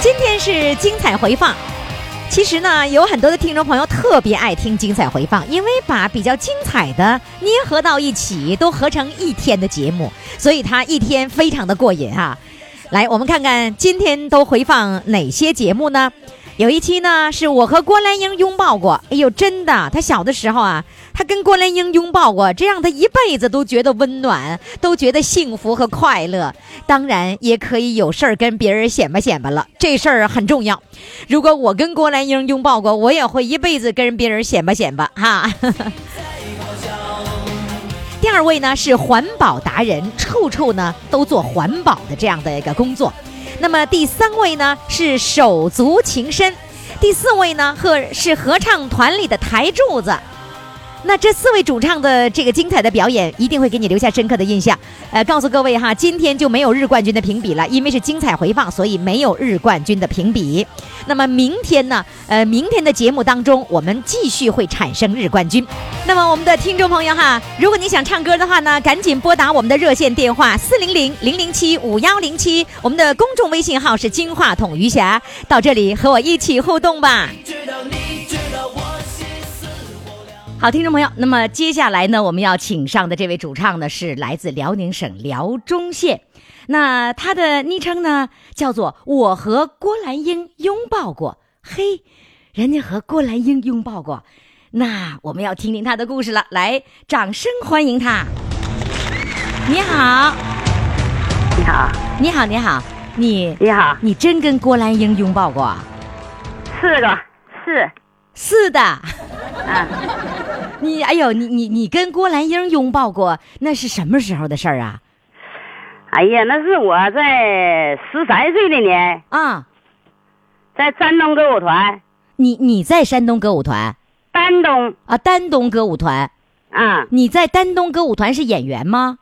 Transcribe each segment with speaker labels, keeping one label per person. Speaker 1: 今天是精彩回放。其实呢，有很多的听众朋友特别爱听精彩回放，因为把比较精彩的捏合到一起，都合成一天的节目，所以它一天非常的过瘾啊。来，我们看看今天都回放哪些节目呢？有一期呢，是我和关兰英拥抱过。哎呦，真的，他小的时候啊，他跟关兰英拥抱过，这让他一辈子都觉得温暖，都觉得幸福和快乐。当然，也可以有事儿跟别人显摆显摆了，这事儿很重要。如果我跟郭兰英拥抱过，我也会一辈子跟别人显摆显摆哈。第二位呢是环保达人，处处呢都做环保的这样的一个工作。那么第三位呢是手足情深，第四位呢和是合唱团里的台柱子。那这四位主唱的这个精彩的表演，一定会给你留下深刻的印象。呃，告诉各位哈，今天就没有日冠军的评比了，因为是精彩回放，所以没有日冠军的评比。那么明天呢？呃，明天的节目当中，我们继续会产生日冠军。那么我们的听众朋友哈，如果你想唱歌的话呢，赶紧拨打我们的热线电话四零零零零七五幺零七，我们的公众微信号是金话筒余霞。到这里和我一起互动吧。好，听众朋友，那么接下来呢，我们要请上的这位主唱呢，是来自辽宁省辽中县，那他的昵称呢叫做“我和郭兰英拥抱过”。嘿，人家和郭兰英拥抱过，那我们要听听他的故事了，来，掌声欢迎他。你好，
Speaker 2: 你好，
Speaker 1: 你好，你好，你
Speaker 2: 你好，
Speaker 1: 你真跟郭兰英拥抱过？
Speaker 2: 是的，是，
Speaker 1: 是的。
Speaker 2: 嗯，
Speaker 1: 你哎呦，你你你跟郭兰英拥抱过，那是什么时候的事儿啊？
Speaker 2: 哎呀，那是我在十三岁那年，
Speaker 1: 啊，
Speaker 2: 在山东歌舞团，
Speaker 1: 你你在山东歌舞团
Speaker 2: 丹东，
Speaker 1: 啊，丹东歌舞团，
Speaker 2: 嗯，
Speaker 1: 你在丹东歌舞团是演员吗？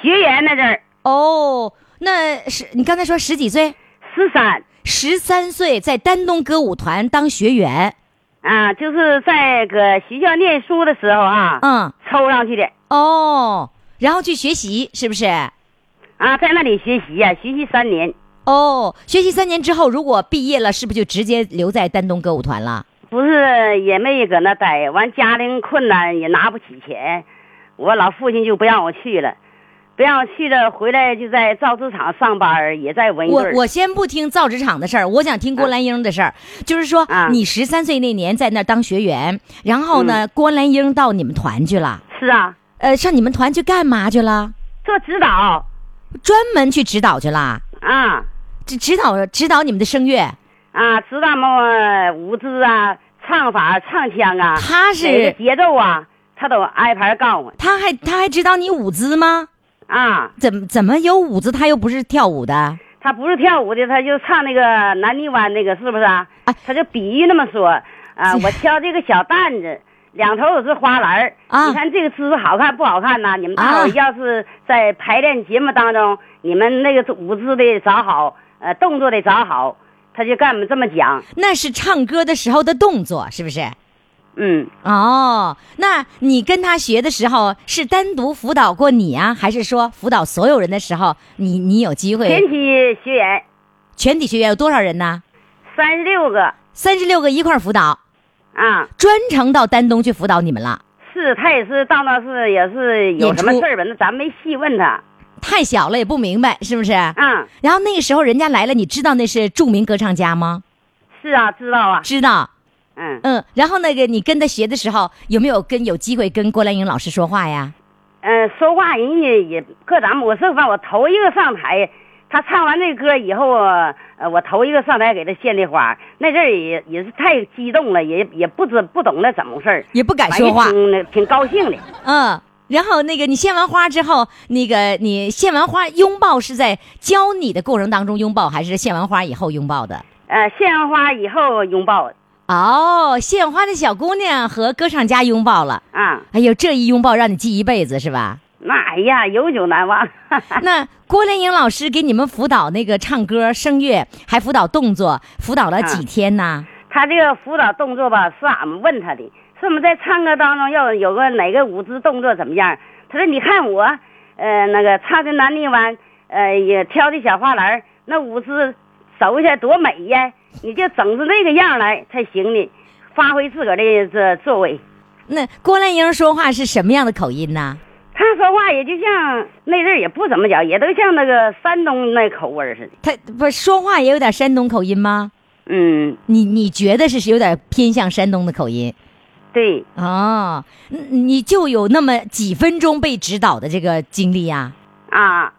Speaker 2: 学员那阵儿
Speaker 1: 哦，那是你刚才说十几岁，
Speaker 2: 十三，
Speaker 1: 十三岁在丹东歌舞团当学员，
Speaker 2: 啊，就是在搁学校念书的时候啊，
Speaker 1: 嗯，
Speaker 2: 抽上去的，
Speaker 1: 哦，然后去学习是不是？
Speaker 2: 啊，在那里学习呀、学习三年，
Speaker 1: 哦，学习三年之后，如果毕业了，是不是就直接留在丹东歌舞团了？
Speaker 2: 不是也没搁那待，完家庭困难也拿不起钱，我老父亲就不让我去了，不让我去了，回来就在造纸厂上班儿，也在文艺队
Speaker 1: 我
Speaker 2: 儿
Speaker 1: 我先不听造纸厂的事儿，我想听郭兰英的事儿。就是说，
Speaker 2: 啊
Speaker 1: 你十三岁那年在那儿当学员，然后
Speaker 2: 嗯
Speaker 1: 呢，郭兰英到你们团去了，
Speaker 2: 是啊，
Speaker 1: 呃，上你们团去干嘛去了？
Speaker 2: 做指导。
Speaker 1: 专门去指导去了，
Speaker 2: 啊
Speaker 1: 指指导指导你们的声乐。
Speaker 2: 啊，知道吗？舞姿啊，唱法、唱腔啊，
Speaker 1: 他
Speaker 2: 哪个
Speaker 1: 是
Speaker 2: 节奏啊，他都挨排告我
Speaker 1: 他还他还指导你舞姿吗？
Speaker 2: 啊。
Speaker 1: 怎么怎么有舞姿？他又不是跳舞的。
Speaker 2: 他不是跳舞的，他就唱那个南泥湾那个，是不是啊？
Speaker 1: 哎
Speaker 2: 他就比喻那么说 啊，我挑这个小担子。两头有是花篮儿
Speaker 1: 啊
Speaker 2: 你看这个姿势好看不好看呐、你们大伙
Speaker 1: 啊
Speaker 2: 儿要是在排练节目当中，你们那个舞姿得找好，呃，动作得找好，他就跟我们这么讲。
Speaker 1: 那是唱歌的时候的动作，是不是？
Speaker 2: 嗯，
Speaker 1: 哦，那你跟他学的时候是单独辅导过你啊，还是说辅导所有人的时候，你你有机
Speaker 2: 前
Speaker 1: 会？
Speaker 2: 期学员
Speaker 1: 全体学员有多少人呢？
Speaker 2: 三十六个。
Speaker 1: 三十六个一块儿辅导，
Speaker 2: 啊，
Speaker 1: 专程到丹东去辅导你们了，
Speaker 2: 是他也是到那是也是有什么
Speaker 1: 演出
Speaker 2: 事儿吧？那咱没细问他。
Speaker 1: 太小了也不明白，是不是？
Speaker 2: 嗯，
Speaker 1: 然后那个时候人家来了，你知道那是著名歌唱家吗？
Speaker 2: 是啊，知道啊。
Speaker 1: 知道，
Speaker 2: 嗯
Speaker 1: 嗯。然后那个你跟他学的时候，有没有跟有机会跟郭兰英老师说话呀？
Speaker 2: 嗯、说话人家也搁咱们，我说实话，我头一个上台，他唱完这歌以后，呃，我头一个上台给他献的花，那阵儿也也是太激动了，也也不知不懂那怎么回事儿，
Speaker 1: 也不敢
Speaker 2: 反
Speaker 1: 哎说
Speaker 2: 正
Speaker 1: 话，
Speaker 2: 挺挺高兴的。
Speaker 1: 嗯。然后那个你献完花之后，那个你献完花拥抱是在教你的过程当中拥抱，还是献完花以后拥抱的？
Speaker 3: 呃，献完花以后拥抱
Speaker 1: 哦，献花的小姑娘和歌唱家拥抱了。
Speaker 3: 啊，
Speaker 1: 哎呦，这一拥抱让你记一辈子是吧？
Speaker 3: 那哎呀，永久难忘。
Speaker 1: 那郭莲英老师给你们辅导那个唱歌、声乐，还辅导动作，辅导了几天呢？
Speaker 3: 他这个辅导动作吧，是俺们问他的，是我们在唱歌当中要有个哪个舞姿动作怎么样？他说你看我，呃，那个唱的南泥湾，呃，也挑的小花篮儿那舞姿走起来多美呀！你就整出那个样来才行呢，发挥自个儿的这作为。
Speaker 1: 那郭兰英说话是什么样的口音呢？
Speaker 3: 他说话也就像那阵儿也不怎么讲，也都像那个山东那口味儿似的。
Speaker 1: 她不是说话也有点山东口音吗？
Speaker 3: 嗯，
Speaker 1: 你你觉得是有点偏向山东的口音
Speaker 3: 对，
Speaker 1: 哦？嗯你就有那么几分钟被指导的这个经历呀、
Speaker 3: 啊，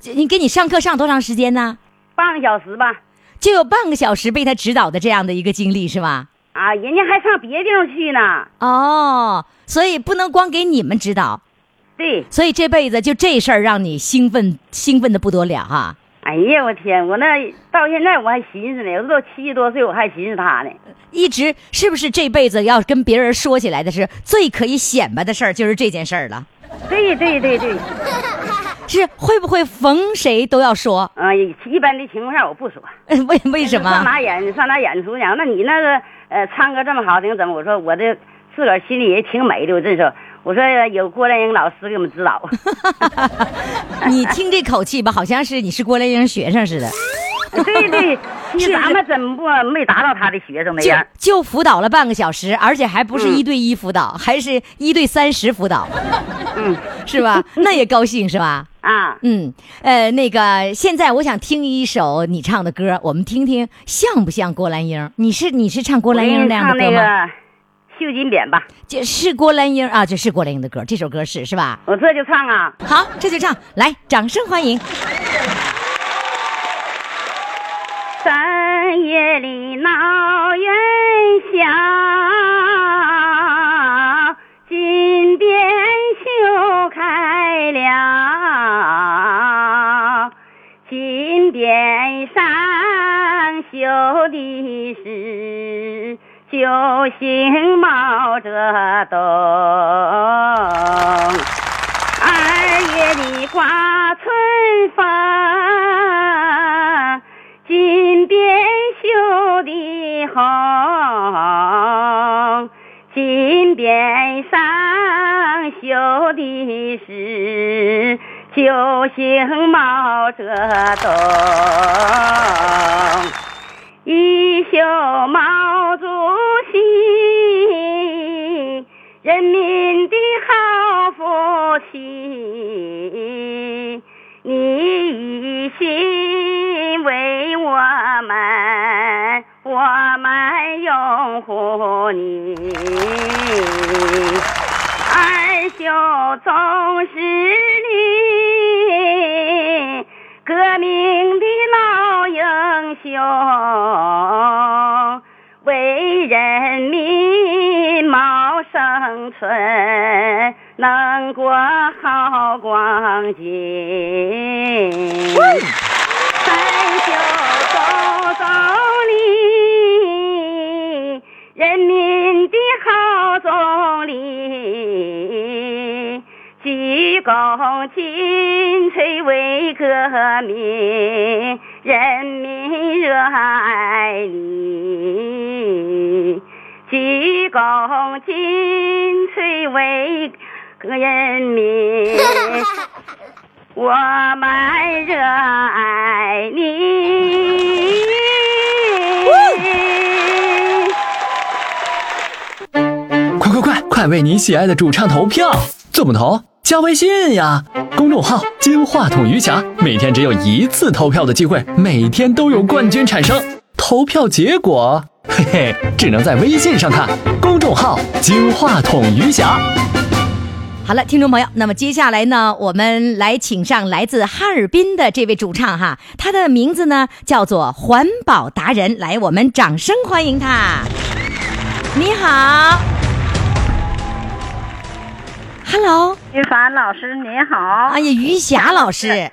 Speaker 1: 这你给你上课上多长时间呢？
Speaker 3: 半个小时吧。
Speaker 1: 就有半个小时被他指导的这样的一个经历是吧？
Speaker 3: 啊，人家还上别地方去呢。
Speaker 1: 哦，所以不能光给你们指导，
Speaker 3: 对，
Speaker 1: 所以这辈子就这事儿让你兴奋兴奋的不得了哈、
Speaker 3: 哎呀，我天！我那到现在我还寻思呢，我都七十多岁，我还寻思他呢。
Speaker 1: 一直是不是这辈子要跟别人说起来的是最可以显摆的事儿，就是这件事儿了。
Speaker 3: 对对对对，
Speaker 1: 是会不会逢谁都要说？
Speaker 3: 啊、一般的情况下我不说。
Speaker 1: 为为什
Speaker 3: 上
Speaker 1: 么？
Speaker 3: 哪演上哪演出讲？那你那个呃，唱歌这么好听，怎么？我说我这自个儿心里也挺美的，我真说，我说有郭兰英老师给我们指导。
Speaker 1: 你听这口气吧，好像是你是郭兰英学生似的，
Speaker 3: 对对，其实咱们真不没达到他的学生那
Speaker 1: 就
Speaker 3: 样。
Speaker 1: 就辅导了半个小时，而且还不是一对一辅导，还是一对三十辅导，
Speaker 3: 嗯
Speaker 1: 是吧？ 那也高兴是吧？
Speaker 3: 啊，
Speaker 1: 嗯，呃，那个，现在我想听一首你唱的歌，我们听听像不像郭兰英？你是你是唱郭
Speaker 3: 我
Speaker 1: 兰
Speaker 3: 给
Speaker 1: 英
Speaker 3: 你
Speaker 1: 那样的
Speaker 3: 唱那
Speaker 1: 歌吗？
Speaker 3: 个绣金匾吧，
Speaker 1: 这是郭兰英啊，这是郭兰英的歌，这首歌是是吧？
Speaker 3: 我这就唱啊。
Speaker 1: 好，这就唱，来，掌声欢迎。
Speaker 3: 三月里闹元宵，金边绣开了，金边上绣的是九星毛泽东。二月里刮春风，金边绣的红，金边上绣的是九星毛泽东。一袖毛主席，人民的好福气，你以心为我们，我们拥护你。二舅总是你革命的老英雄，为人民谋生存，能过好光景。三九走走里，人民的好总理，鞠躬尽瘁为革命，人民热爱你。鞠躬尽瘁为人民。我们热爱你。
Speaker 4: 快快快，快为你喜爱的主唱投票！怎么投？加微信呀，公众号“金话筒余霞”，每天只有一次投票的机会，每天都有冠军产生。投票结果，嘿嘿，只能在微信上看。公众号“金话筒余霞”。
Speaker 1: 好了，听众朋友，那么接下来呢，我们来请上来自哈尔滨的这位主唱哈，他的名字呢叫做环保达人，来，我们掌声欢迎他。你好，Hello，
Speaker 5: 于凡老师您好
Speaker 1: 哎，呀，余霞老师，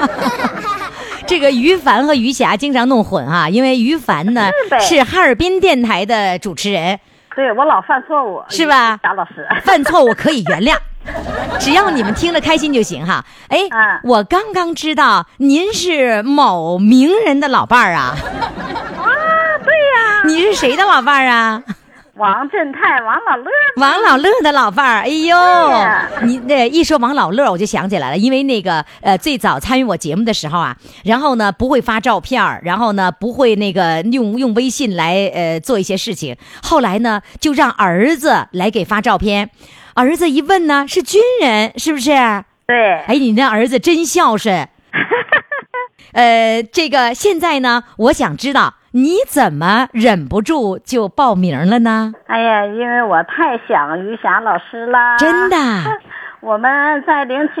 Speaker 1: 这个于凡和余霞经常弄混啊，因为于凡呢
Speaker 5: 是呗
Speaker 1: 是哈尔滨电台的主持人，
Speaker 5: 对我老犯错误，
Speaker 1: 是吧
Speaker 5: 贾老师，
Speaker 1: 犯错误可以原 谅，只要你们听着开心就行哈。哎
Speaker 5: 嗯，
Speaker 1: 我刚刚知道您是某名人的老伴儿啊，
Speaker 5: 对呀、
Speaker 1: 你是谁的老伴儿啊？
Speaker 5: 王振泰、王老乐，
Speaker 1: 王老乐的老伴儿，哎呦
Speaker 5: 呀，
Speaker 1: 你那一说王老乐，我就想起来了，因为那个呃，最早参与我节目的时候啊，然后呢不会发照片儿，然后呢不会那个用用微信来呃做一些事情，后来呢就让儿子来给发照片，儿子一问呢是军人，是不是？
Speaker 5: 对，
Speaker 1: 哎，你那儿子真孝顺。呃，这个现在呢，我想知道你怎么忍不住就报名了呢？
Speaker 5: 哎呀，因为我太想于霞老师啦，
Speaker 1: 真的。啊
Speaker 5: 我们在零七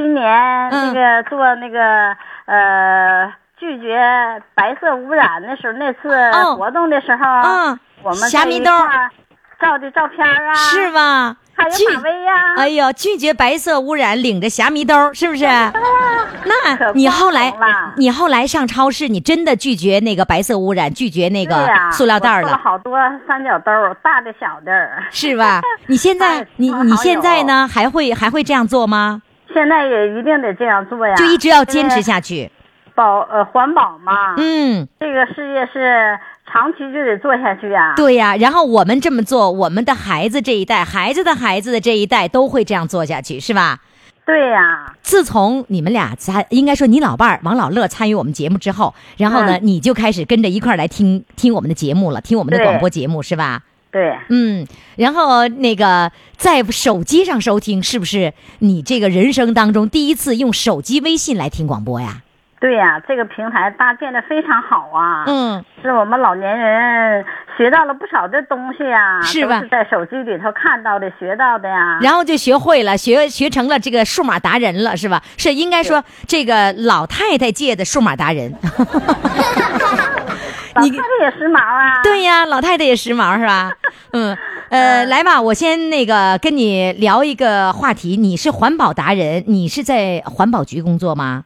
Speaker 1: 嗯
Speaker 5: 年那个做那个、呃拒绝白色污染的时候，那次
Speaker 1: 哦
Speaker 5: 活动的时候，
Speaker 1: 嗯
Speaker 5: 啊我们
Speaker 1: 虾
Speaker 5: 在
Speaker 1: 米
Speaker 5: 一
Speaker 1: 豆儿
Speaker 5: 块儿照的照片啊，
Speaker 1: 是吗？
Speaker 5: 还有马
Speaker 1: 拒，
Speaker 5: 威啊呀、
Speaker 1: 哎呦，拒绝白色污染，领着虾米兜，是不是？那
Speaker 5: 啊可
Speaker 1: 你
Speaker 5: 光
Speaker 1: 后来
Speaker 5: 荣了，
Speaker 1: 你后来上超市，你真的拒绝那个白色污染，拒绝那
Speaker 5: 对
Speaker 1: 个
Speaker 5: 呀
Speaker 1: 塑料袋儿
Speaker 5: 我
Speaker 1: 了，
Speaker 5: 做了好多三角兜儿，大的小的儿。
Speaker 1: 是吧？你现在
Speaker 5: 哎，
Speaker 1: 你
Speaker 5: 好
Speaker 1: 你
Speaker 5: 好
Speaker 1: 现在
Speaker 5: 友
Speaker 1: 呢，还会还会这样做吗？
Speaker 5: 现在也一定得这样做呀，
Speaker 1: 就一直要坚持
Speaker 5: 因为
Speaker 1: 下去。
Speaker 5: 保呃环保嘛，
Speaker 1: 嗯，
Speaker 5: 这个事业是长期就得做下去呀。
Speaker 1: 对呀。然后我们这么做，我们的孩子这一代，孩子的孩子的这一代都会这样做下去，是吧？
Speaker 5: 对呀，
Speaker 1: 自从你们俩参，应该说你老伴儿王老乐参与我们节目之后，然后呢，
Speaker 5: 嗯
Speaker 1: 你就开始跟着一块儿来听听我们的节目了，听我们的
Speaker 5: 对
Speaker 1: 广播节目是吧？
Speaker 5: 对，
Speaker 1: 嗯，然后那个在手机上收听，是不是你这个人生当中第一次用手机微信来听广播呀？
Speaker 5: 对呀，这个平台搭建的非常好啊，
Speaker 1: 嗯，
Speaker 5: 是我们老年人学到了不少的东西呀，
Speaker 1: 是吧
Speaker 5: 都是在手机里头看到的、学到的呀。
Speaker 1: 然后就学会了，学学成了这个数码达人了，是吧？是应该说这个老太太界的数码达 人。
Speaker 5: 老
Speaker 1: 你
Speaker 5: 太太也时髦啊，
Speaker 1: 对呀，老太太也时髦是 吧？嗯，呃，来吧，我先那个跟你聊一个话题。你是环保达人，你是在环保局工作吗？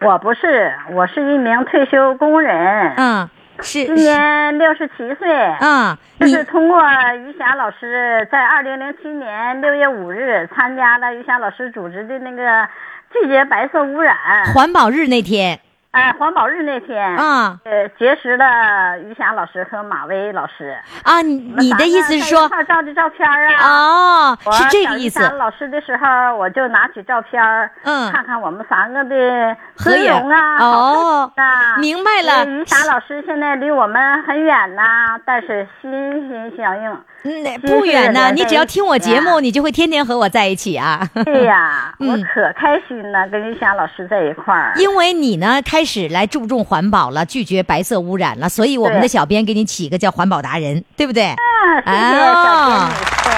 Speaker 5: 我不是，我是一名退休工人，
Speaker 1: 嗯，是
Speaker 5: 今，年六十七岁。
Speaker 1: 嗯，
Speaker 5: 就
Speaker 1: 你
Speaker 5: 是通过于霞老师在二零零七年六月五日参加了于霞老师组织的那个拒绝白色污染
Speaker 1: 环保日那天
Speaker 5: 哎环保日那天，
Speaker 1: 啊
Speaker 5: 呃，结识了于霞老师和马薇老师。
Speaker 1: 啊，你你的意思是说
Speaker 5: 我们，打算在一块儿照的照片啊？
Speaker 1: 哦，
Speaker 5: 我
Speaker 1: 是这
Speaker 5: 找
Speaker 1: 个
Speaker 5: 于
Speaker 1: 意思
Speaker 5: 霞。老师的时候，我就拿起照片儿
Speaker 1: 嗯
Speaker 5: 看看我们三个的
Speaker 1: 合影
Speaker 5: 姿容啊，
Speaker 1: 哦
Speaker 5: 好看啊，
Speaker 1: 明白了
Speaker 5: 因为于霞老师现在离我们很远呐、但是心心相印。
Speaker 1: 嗯，不远呢，
Speaker 5: 是
Speaker 1: 你只要听我节目，
Speaker 5: 呀
Speaker 1: 你就会天天和我在一起啊。
Speaker 5: 对呀，我
Speaker 1: 嗯
Speaker 5: 可开心了，跟于霞老师在一块儿。
Speaker 1: 因为你呢开始来注重环保了，拒绝白色污染了，所以我们
Speaker 5: 对
Speaker 1: 的小编给你起一个叫环保达人，对不对？
Speaker 5: 啊，谢谢小天女士，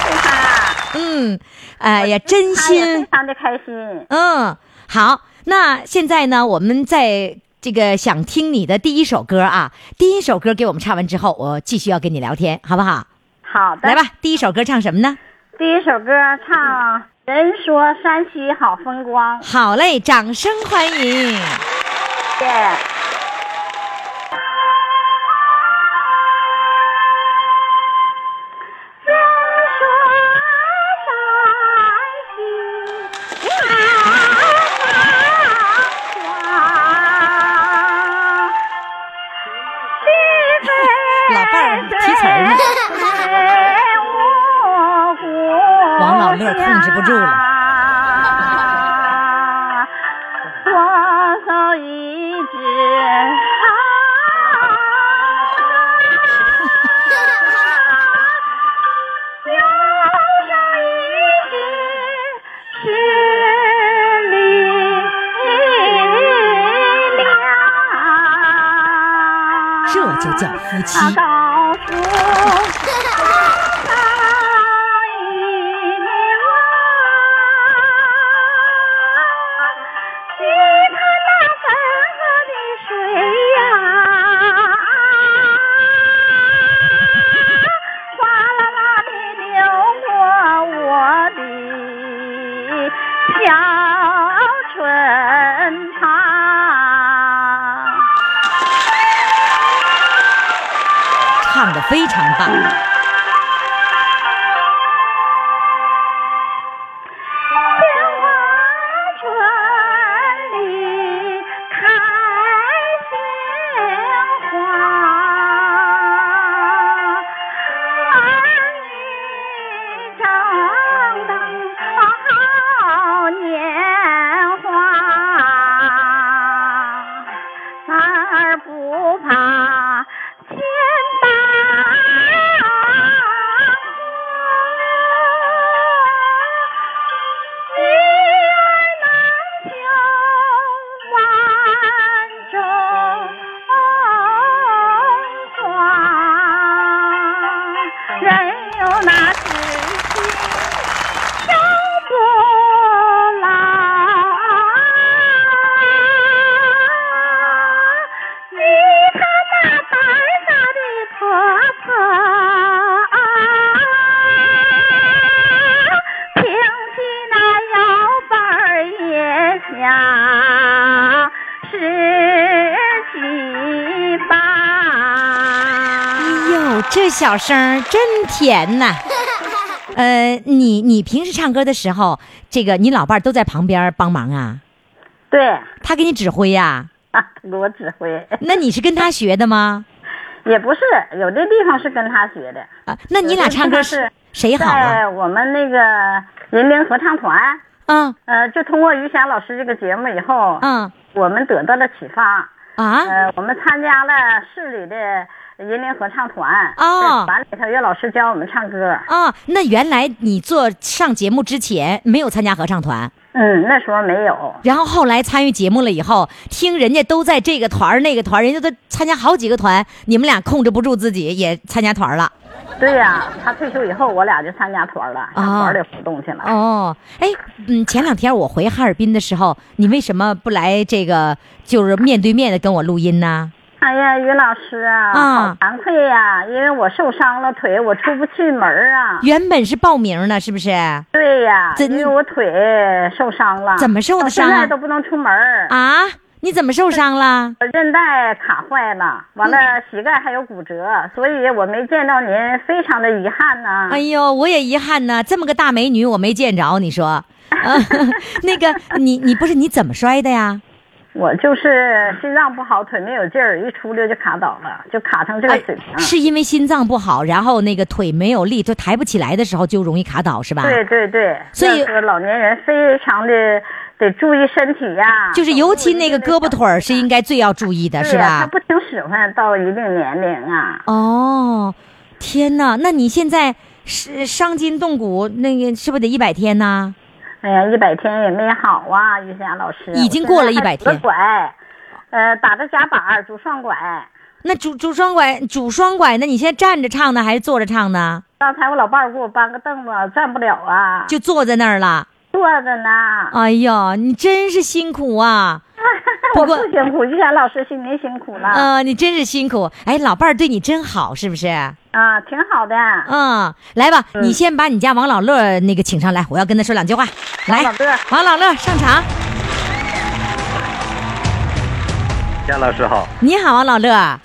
Speaker 5: 谢谢 她，
Speaker 1: 嗯，哎呀，
Speaker 5: 我
Speaker 1: 真
Speaker 5: 她也
Speaker 1: 心
Speaker 5: 非，常的开心。
Speaker 1: 嗯，好，那现在呢，我们在这个想听你的第一首歌啊，第一首歌给我们唱完之后，我继续要跟你聊天，好不好？
Speaker 5: 好的，
Speaker 1: 来，吧，第一首歌唱什么呢？
Speaker 5: 第一首歌唱《人说山西好风光》，
Speaker 1: 好嘞，掌声欢迎。
Speaker 5: 谢谢。
Speaker 6: 人说山西啊，西北
Speaker 1: 老伴儿提词 儿呢，
Speaker 6: 我
Speaker 1: 王
Speaker 6: 国
Speaker 1: 老乐控制不住了。
Speaker 5: 啊，
Speaker 6: 多走一支长江，游上一支十里梁。
Speaker 1: 这就叫夫妻。
Speaker 6: 高处上一米望，你看那汾河的水呀，哗啦啦地流过我的
Speaker 1: 非常棒。
Speaker 6: 杏花船里开杏花，儿女正等好年华。男儿不怕千般苦，女儿难求万种花，人有那痴心终不老。你看那白发的婆婆，挺起那摇板儿也想十七八。
Speaker 1: 哎呦，这小声儿真甜 呐！呃，你你平时唱歌的时候，这个你老伴儿都在旁边帮忙啊？
Speaker 5: 对，
Speaker 1: 他给你指挥呀、
Speaker 5: 啊，他给我指挥，
Speaker 1: 那你是跟他学的吗？
Speaker 5: 也不是有的地方是跟他学的。
Speaker 1: 啊，那你俩唱歌
Speaker 5: 是
Speaker 1: 谁好啊？
Speaker 5: 在我们那个人民合唱团，
Speaker 1: 啊
Speaker 5: 呃，就通过于霞老师这个节目以后，
Speaker 1: 啊
Speaker 5: 我们得到了启发。
Speaker 1: 啊！
Speaker 5: 呃，我们参加了市里的人民合唱团，
Speaker 1: 哦
Speaker 5: 在团里头岳老师教我们唱歌。
Speaker 1: 啊，那原来你做上节目之前没有参加合唱团，
Speaker 5: 嗯，那时候没有。
Speaker 1: 然后后来参与节目了以后，听人家都在这个团儿那个团儿，人家都参加好几个团，你们俩控制不住自己也参加团儿了。
Speaker 5: 对呀、他退休以后，我俩就参加团了，上团里活动去了。
Speaker 1: 哦，哎，嗯，前两天我回哈尔滨的时候，你为什么不来这个就是面对面的跟我录音呢？
Speaker 5: 哎呀，于老师啊，
Speaker 1: 啊
Speaker 5: 好惭愧呀、因为我受伤了腿，我出不去门儿啊。
Speaker 1: 原本是报名呢，是不是？啊
Speaker 5: 对呀、
Speaker 1: 这
Speaker 5: 因
Speaker 1: 你
Speaker 5: 为我腿受伤了，
Speaker 1: 怎么受的伤啊
Speaker 5: 到现在都不能出门儿，
Speaker 1: 你怎么受伤了？
Speaker 5: 韧带卡坏了，完了
Speaker 1: 嗯
Speaker 5: 膝盖还有骨折，所以我没见到您，非常的遗憾呐、
Speaker 1: 哎呦，我也遗憾呢，这么个大美女我没见着，你说，啊、 那个你你不是你怎么摔的呀？
Speaker 5: 我就是心脏不好，腿没有劲儿，一出溜就卡倒了，就卡成这个水平。
Speaker 1: 啊哎是因为心脏不好，然后那个腿没有力，就抬不起来的时候就容易卡倒，是吧？
Speaker 5: 对对对，
Speaker 1: 啊所以
Speaker 5: 要说老年人非常的得注意身体呀、
Speaker 1: 就是尤其那个胳膊腿儿是应该最要注意的，是
Speaker 5: 对呀
Speaker 1: 吧？
Speaker 5: 他不听使唤，到一定年龄啊，
Speaker 1: 哦，天哪！那你现在是伤筋动骨，那个是不是得一百天呢？
Speaker 5: 哎呀，一百天也没好啊，于霞老师。
Speaker 1: 已经过了
Speaker 5: 我现在还
Speaker 1: 100天
Speaker 5: 拄着拐，呃，打着夹板儿，拄双拐。
Speaker 1: 那拄拄双拐，拄双拐，那你现在站着唱呢，还是坐着唱呢？
Speaker 5: 刚才我老伴儿给我搬个凳子，站不了啊，
Speaker 1: 就坐在那儿了。
Speaker 5: 坐着呢。
Speaker 1: 哎呀，你真是辛苦 啊！不
Speaker 5: 我
Speaker 1: 过
Speaker 5: 不辛苦，于霞老师辛您辛苦了、
Speaker 1: 呃，你真是辛苦。哎，老伴儿对你真好，是不是？
Speaker 5: 啊，挺好的。
Speaker 1: 嗯，来吧，你先把你家王老乐那个请上来，我要跟他说两句话。来，
Speaker 5: 老乐
Speaker 1: 王老乐上场。
Speaker 7: 夏老师好
Speaker 1: 你好，王老乐。
Speaker 7: 啊！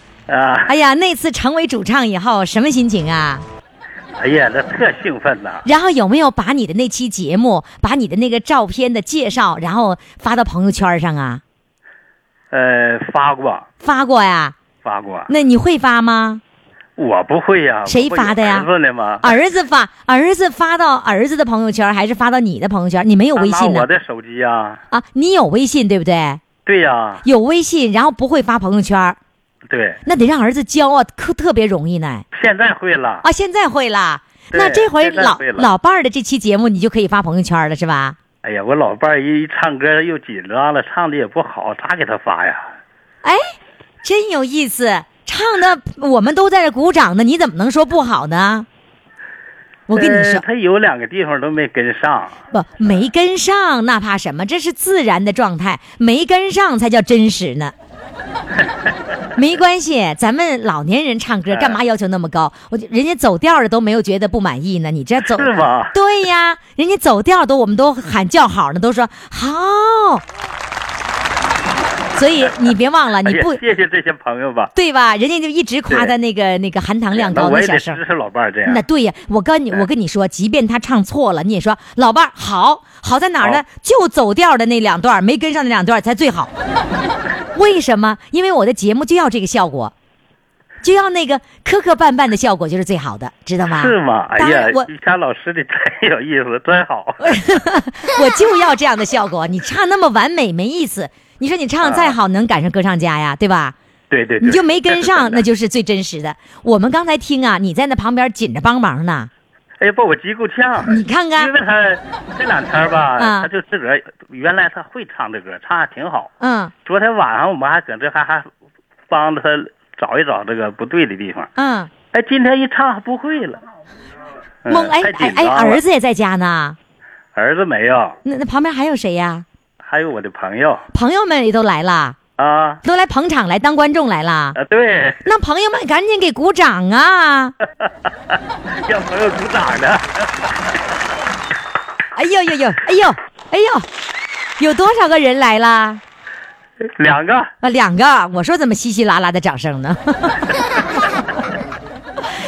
Speaker 1: 哎呀，那次成为主唱以后，什么心情啊？
Speaker 7: 哎呀，那特兴奋呐！
Speaker 1: 然后有没有把你的那期节目，把你的那个照片的介绍，然后发到朋友圈上啊？
Speaker 7: 呃，发过
Speaker 1: 发过呀？
Speaker 7: 发过，
Speaker 1: 那你会发吗？
Speaker 7: 我不会呀、
Speaker 1: 谁发的呀啊
Speaker 7: 我不有儿子呢吗？
Speaker 1: 儿子发，儿子发到儿子的朋友圈，还是发到你的朋友圈？你没有
Speaker 7: 他
Speaker 1: 微
Speaker 7: 拿
Speaker 1: 信呢
Speaker 7: 我？的手机呀、
Speaker 1: 啊，你有微信对不对？
Speaker 7: 对呀、
Speaker 1: 有微信，然后不会发朋友圈，
Speaker 7: 对，
Speaker 1: 那得让儿子教啊，特特别容易呢。
Speaker 7: 现在会了。
Speaker 1: 啊，现在会啦。
Speaker 7: 对
Speaker 1: 那这回
Speaker 7: 现在
Speaker 1: 老
Speaker 7: 会了
Speaker 1: 老伴儿的这期节目，你就可以发朋友圈了，是吧？
Speaker 7: 哎呀，我老伴儿一唱歌又紧张了，唱的也不好，咋给他发呀？
Speaker 1: 哎，真有意思，唱的我们都在这鼓掌呢，你怎么能说不好呢？我跟你
Speaker 7: 呃
Speaker 1: 说，哦
Speaker 7: 他有两个地方都没跟上。
Speaker 1: 不没跟上，那怕什么？这是自然的状态，没跟上才叫真实 呢。没关系，咱们老年人唱
Speaker 7: 哎
Speaker 1: 歌干嘛要求那么高？我就人家走调的都没有觉得不满意呢，你这走
Speaker 7: 是吗
Speaker 1: 对啊呀，人家走调都我们都喊叫好呢，都说好。所以你别忘了，你
Speaker 7: 哎呀
Speaker 1: 不
Speaker 7: 谢谢这些朋友吧。
Speaker 1: 对吧？人家就一直夸
Speaker 7: 对
Speaker 1: 他那个那个含糖量
Speaker 7: 那
Speaker 1: 高
Speaker 7: 我
Speaker 1: 的
Speaker 7: 也
Speaker 1: 小
Speaker 7: 得
Speaker 1: 生
Speaker 7: 支。持老伴儿这样
Speaker 1: 那。对呀，我跟你我跟你说，即便他唱错了，你也说老伴儿好，好在哪儿呢？就走调的那两段儿没跟上那两段儿才最好。 为什么？因为我的节目就要这个效果，就要那个磕磕绊绊的效果就是最好的，知道吗？
Speaker 7: 是吗？哎
Speaker 1: 当
Speaker 7: 呀
Speaker 1: 然我，
Speaker 7: 于谦老师的真有意思，真好。
Speaker 1: 我就要这样的效果，你唱那么完美没意思。你说你唱得再好，能赶上歌唱家呀，对吧？
Speaker 7: 对对对，
Speaker 1: 你就没 跟上，那
Speaker 7: 就
Speaker 1: 就是最真实的。我们刚才听啊，你在那旁边紧着帮忙呢，
Speaker 7: 哎呀，把我急够 呛。
Speaker 1: 你看
Speaker 7: 因
Speaker 1: 看，
Speaker 7: 为他这两天吧，
Speaker 1: 啊
Speaker 7: 他就自个儿原来他会唱这歌，唱还挺好。
Speaker 1: 嗯
Speaker 7: 昨天晚上我们还搁这还还帮着他找一找这个不对的地方。
Speaker 1: 嗯，
Speaker 7: 哎，今天一唱还不会了。嗯
Speaker 1: 蒙哎
Speaker 7: 太
Speaker 1: 哎
Speaker 7: 紧
Speaker 1: 哎，
Speaker 7: 张了
Speaker 1: 儿子也在家呢，
Speaker 7: 儿子没有，
Speaker 1: 那那旁边还有谁呀？
Speaker 7: 还有我的朋友
Speaker 1: 朋友们也都来了，
Speaker 7: 啊
Speaker 1: 都来捧场来当观众来了。
Speaker 7: 啊，对，
Speaker 1: 那朋友们赶紧给鼓掌啊！
Speaker 7: 让朋友鼓掌的。
Speaker 1: 哎呦呦呦，哎呦哎呦，有多少个人来啦？
Speaker 7: 两个，
Speaker 1: 啊，两个，我说怎么稀稀拉拉的掌声呢？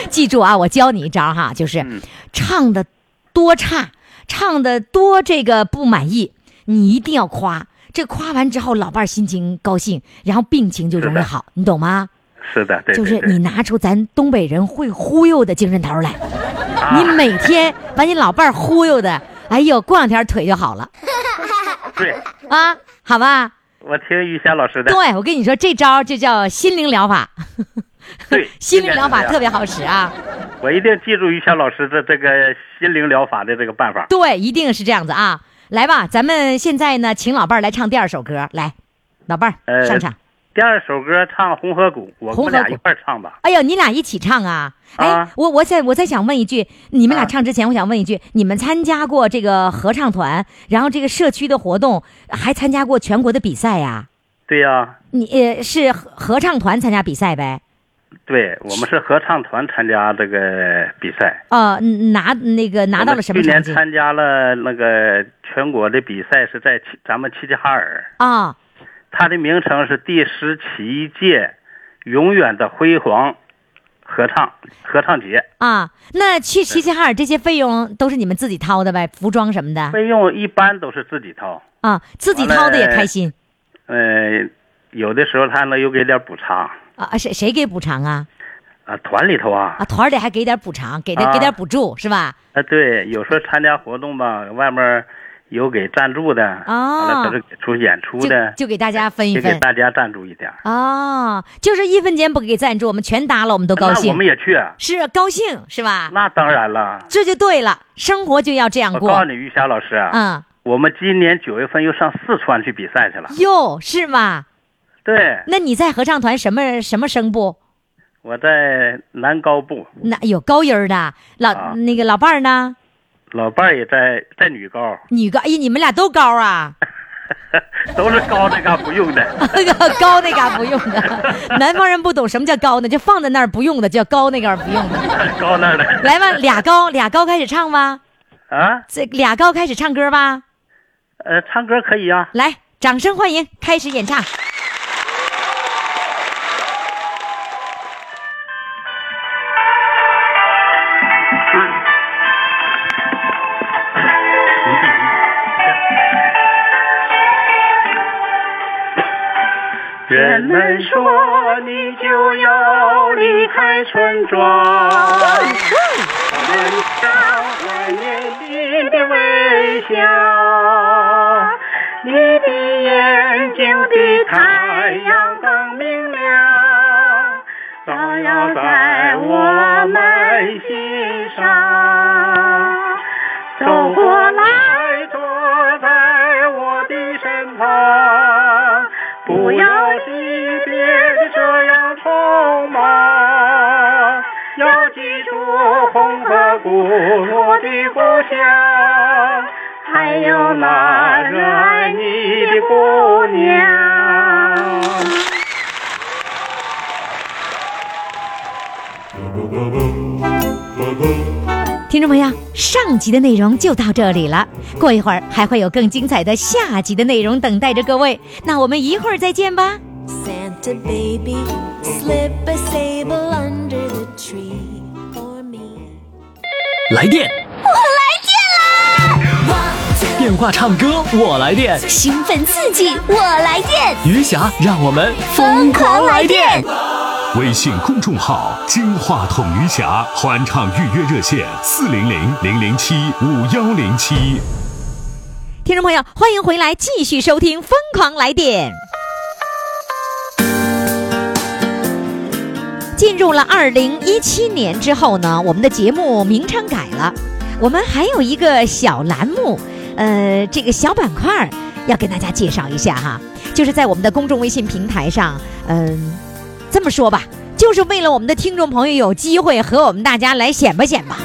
Speaker 1: 记住啊，我教你一招哈，就是、
Speaker 7: 嗯
Speaker 1: 唱的多差，唱的多这个不满意，你一定要夸。这夸完之后，老伴儿心情高兴，然后病情就容易
Speaker 7: 是的
Speaker 1: 好，你懂吗？
Speaker 7: 是的，对，
Speaker 1: 就是
Speaker 7: 对
Speaker 1: 你
Speaker 7: 对
Speaker 1: 拿出咱东北人会忽悠的精神头儿来，
Speaker 7: 啊
Speaker 1: 你每天把你老伴儿忽悠的，哎呦，过两天腿就好了
Speaker 7: 对，
Speaker 1: 啊，好吧？
Speaker 7: 我听于谦老师的，
Speaker 1: 对，我跟你说，这招儿就叫心灵疗法。
Speaker 7: 对，
Speaker 1: 心灵疗法特
Speaker 7: 别，
Speaker 1: 别好使啊！
Speaker 7: 我一定记住于谦老师的这个心灵疗法的这个办法。
Speaker 1: 对，一定是这样子啊！来吧，咱们现在呢，请老伴儿来唱第二首歌，来，老伴儿
Speaker 7: 呃
Speaker 1: 上场。
Speaker 7: 第二首歌唱《红河谷》，我
Speaker 1: 红
Speaker 7: 们
Speaker 1: 河
Speaker 7: 俩
Speaker 1: 谷
Speaker 7: 一块儿唱吧。
Speaker 1: 哎呦，你俩一起唱啊！哎，
Speaker 7: 啊
Speaker 1: 我我再我再想问一句，你们俩
Speaker 7: 啊
Speaker 1: 唱之前，我想问一句，你们参加过这个合唱团，然后这个社区的活动，还参加过全国的比赛呀、
Speaker 7: 对呀、
Speaker 1: 你呃是合合唱团参加比赛呗？
Speaker 7: 对我们是合唱团参加这个比赛，
Speaker 1: 呃，拿那个拿到了什么
Speaker 7: 我们去
Speaker 1: 成
Speaker 7: 年
Speaker 1: 绩
Speaker 7: 参加了那个全国的比赛，是在齐咱们齐齐哈尔。
Speaker 1: 啊、
Speaker 7: 它的名称是第十七届“永远的辉煌”合唱合唱节，
Speaker 1: 啊？那去齐齐哈尔这些费用都是你们自己掏的呗？服装什么的？
Speaker 7: 费用一般都是自己掏，
Speaker 1: 啊，自己掏的也开心
Speaker 7: 呃，有的时候他能有给点补偿
Speaker 1: 啊啊！谁谁给补偿啊？
Speaker 7: 啊，团里头啊，
Speaker 1: 啊，团儿里还给点补偿，给点、
Speaker 7: 啊
Speaker 1: 给点补助是吧？
Speaker 7: 啊对，有时候参加活动吧，外面有给赞助的，完
Speaker 1: 哦
Speaker 7: 了他是给出演出
Speaker 1: 就
Speaker 7: 的，
Speaker 1: 就给大家分一
Speaker 7: 也给
Speaker 1: 分
Speaker 7: 大家赞助一点儿，
Speaker 1: 哦，就是一分钱不给赞助，我们全搭了，我们都高
Speaker 7: 哎那我
Speaker 1: 兴
Speaker 7: 们，也去，啊
Speaker 1: 是高兴是吧？
Speaker 7: 那当然了。
Speaker 1: 这就对了，生活就要这样
Speaker 7: 我告诉
Speaker 1: 嗯过。
Speaker 7: 你，于霞老师啊，
Speaker 1: 嗯，
Speaker 7: 我们今年九月份又上四川去比赛去了。
Speaker 1: 哟，是吗？
Speaker 7: 对，
Speaker 1: 那你在合唱团什么什么声部？
Speaker 7: 我在南高部，
Speaker 1: 那有高音儿的，老、
Speaker 7: 啊
Speaker 1: 那个老伴儿呢？
Speaker 7: 老伴儿也在在女高，
Speaker 1: 女高，哎呀，你们俩都高啊，
Speaker 7: 都是高的干不用的。
Speaker 1: 高那嘎不用的，南方人不懂什么叫高呢，就放在那儿不用的，叫高那嘎不用的。
Speaker 7: 高那儿的
Speaker 1: 来吧，俩高俩高开始唱吧，
Speaker 7: 啊，
Speaker 1: 这俩高开始唱歌吧，
Speaker 7: 呃，唱歌可以啊。
Speaker 1: 来，掌声欢迎，开始演唱。
Speaker 7: 人们说你就要离开村庄，人家怀念你的微笑，你的眼睛的太阳更明亮，照耀在我们心上。走过来，坐在我的身旁，不要你变得这样匆忙，要记住红河谷我的故乡，还有那热爱你的姑娘。
Speaker 1: 听众朋友，上集的内容就到这里了，过一会儿还会有更精彩的下集的内容等待着各位。那我们一会儿再见吧。
Speaker 8: Santa baby, slip a sable under the tree for me.
Speaker 4: 来电，我来电啦！电话唱歌，我来电。
Speaker 9: 兴奋刺激，我来电，
Speaker 4: 余霞，让我们
Speaker 9: 疯狂来电！
Speaker 10: 微信公众号“金话筒余霞”欢唱预约热线：四零零零零七五幺零七。
Speaker 1: 听众朋友，欢迎回来，继续收听《疯狂来电》。进入了二零一七年之后呢，我们的节目名称改了，我们还有一个小栏目，呃，这个小板块儿要跟大家介绍一下哈，就是在我们的公众微信平台上，嗯、这么说吧，就是为了我们的听众朋友有机会和我们大家来显摆显摆。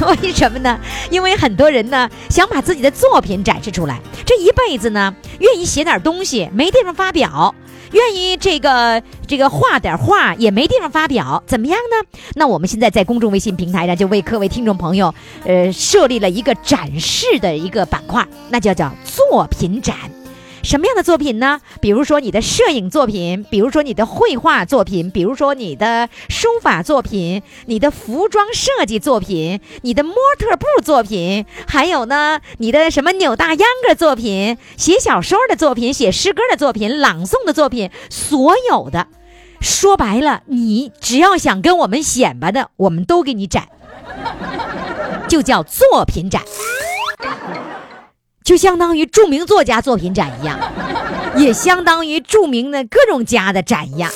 Speaker 1: 为什么呢？因为很多人呢想把自己的作品展示出来，这一辈子呢愿意写点东西，没地方发表；愿意这个这个画点画，也没地方发表。怎么样呢？那我们现在在公众微信平台上就为各位听众朋友，呃，设立了一个展示的一个板块，那就叫作品展。什么样的作品呢？比如说你的摄影作品，比如说你的绘画作品，比如说你的书法作品，你的服装设计作品，你的模特布作品，还有呢，你的什么扭大秧歌作品，写小说的作品，写诗歌的作品，朗诵的作品，所有的，说白了，你只要想跟我们显摆的，我们都给你展，就叫作品展。就相当于著名作家作品展一样，也相当于著名的各种家的展一样。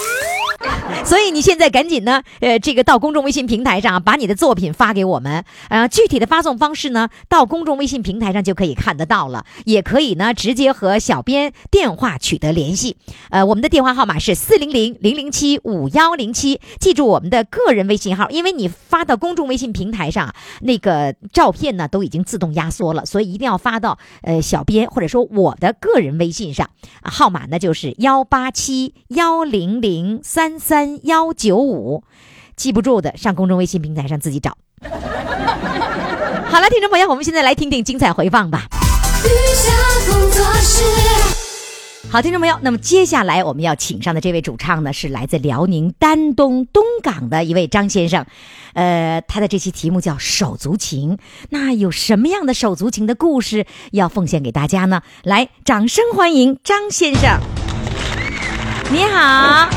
Speaker 1: 所以你现在赶紧呢，呃，这个到公众微信平台上啊把你的作品发给我们，呃，具体的发送方式呢，到公众微信平台上就可以看得到了，也可以呢直接和小编电话取得联系，呃，我们的电话号码是四零零零零七五幺零七，记住我们的个人微信号，因为你发到公众微信平台上啊，那个照片呢都已经自动压缩了，所以一定要发到呃小编或者说我的个人微信上，啊号码呢就是幺八七幺零零三三幺九五，记不住的上公众微信平台上自己找。 好了，听众朋友，我们现在来听听精彩回放吧。
Speaker 8: 余霞工作室。
Speaker 1: 好，听众朋友，那么接下来我们要请上的这位主唱呢，是来自辽宁丹东东港的一位张先生，呃，他的这期题目叫《手足情》，那有什么样的手足情的故事要奉献给大家呢？来，掌声欢迎张先生。你
Speaker 11: 哎
Speaker 1: 好，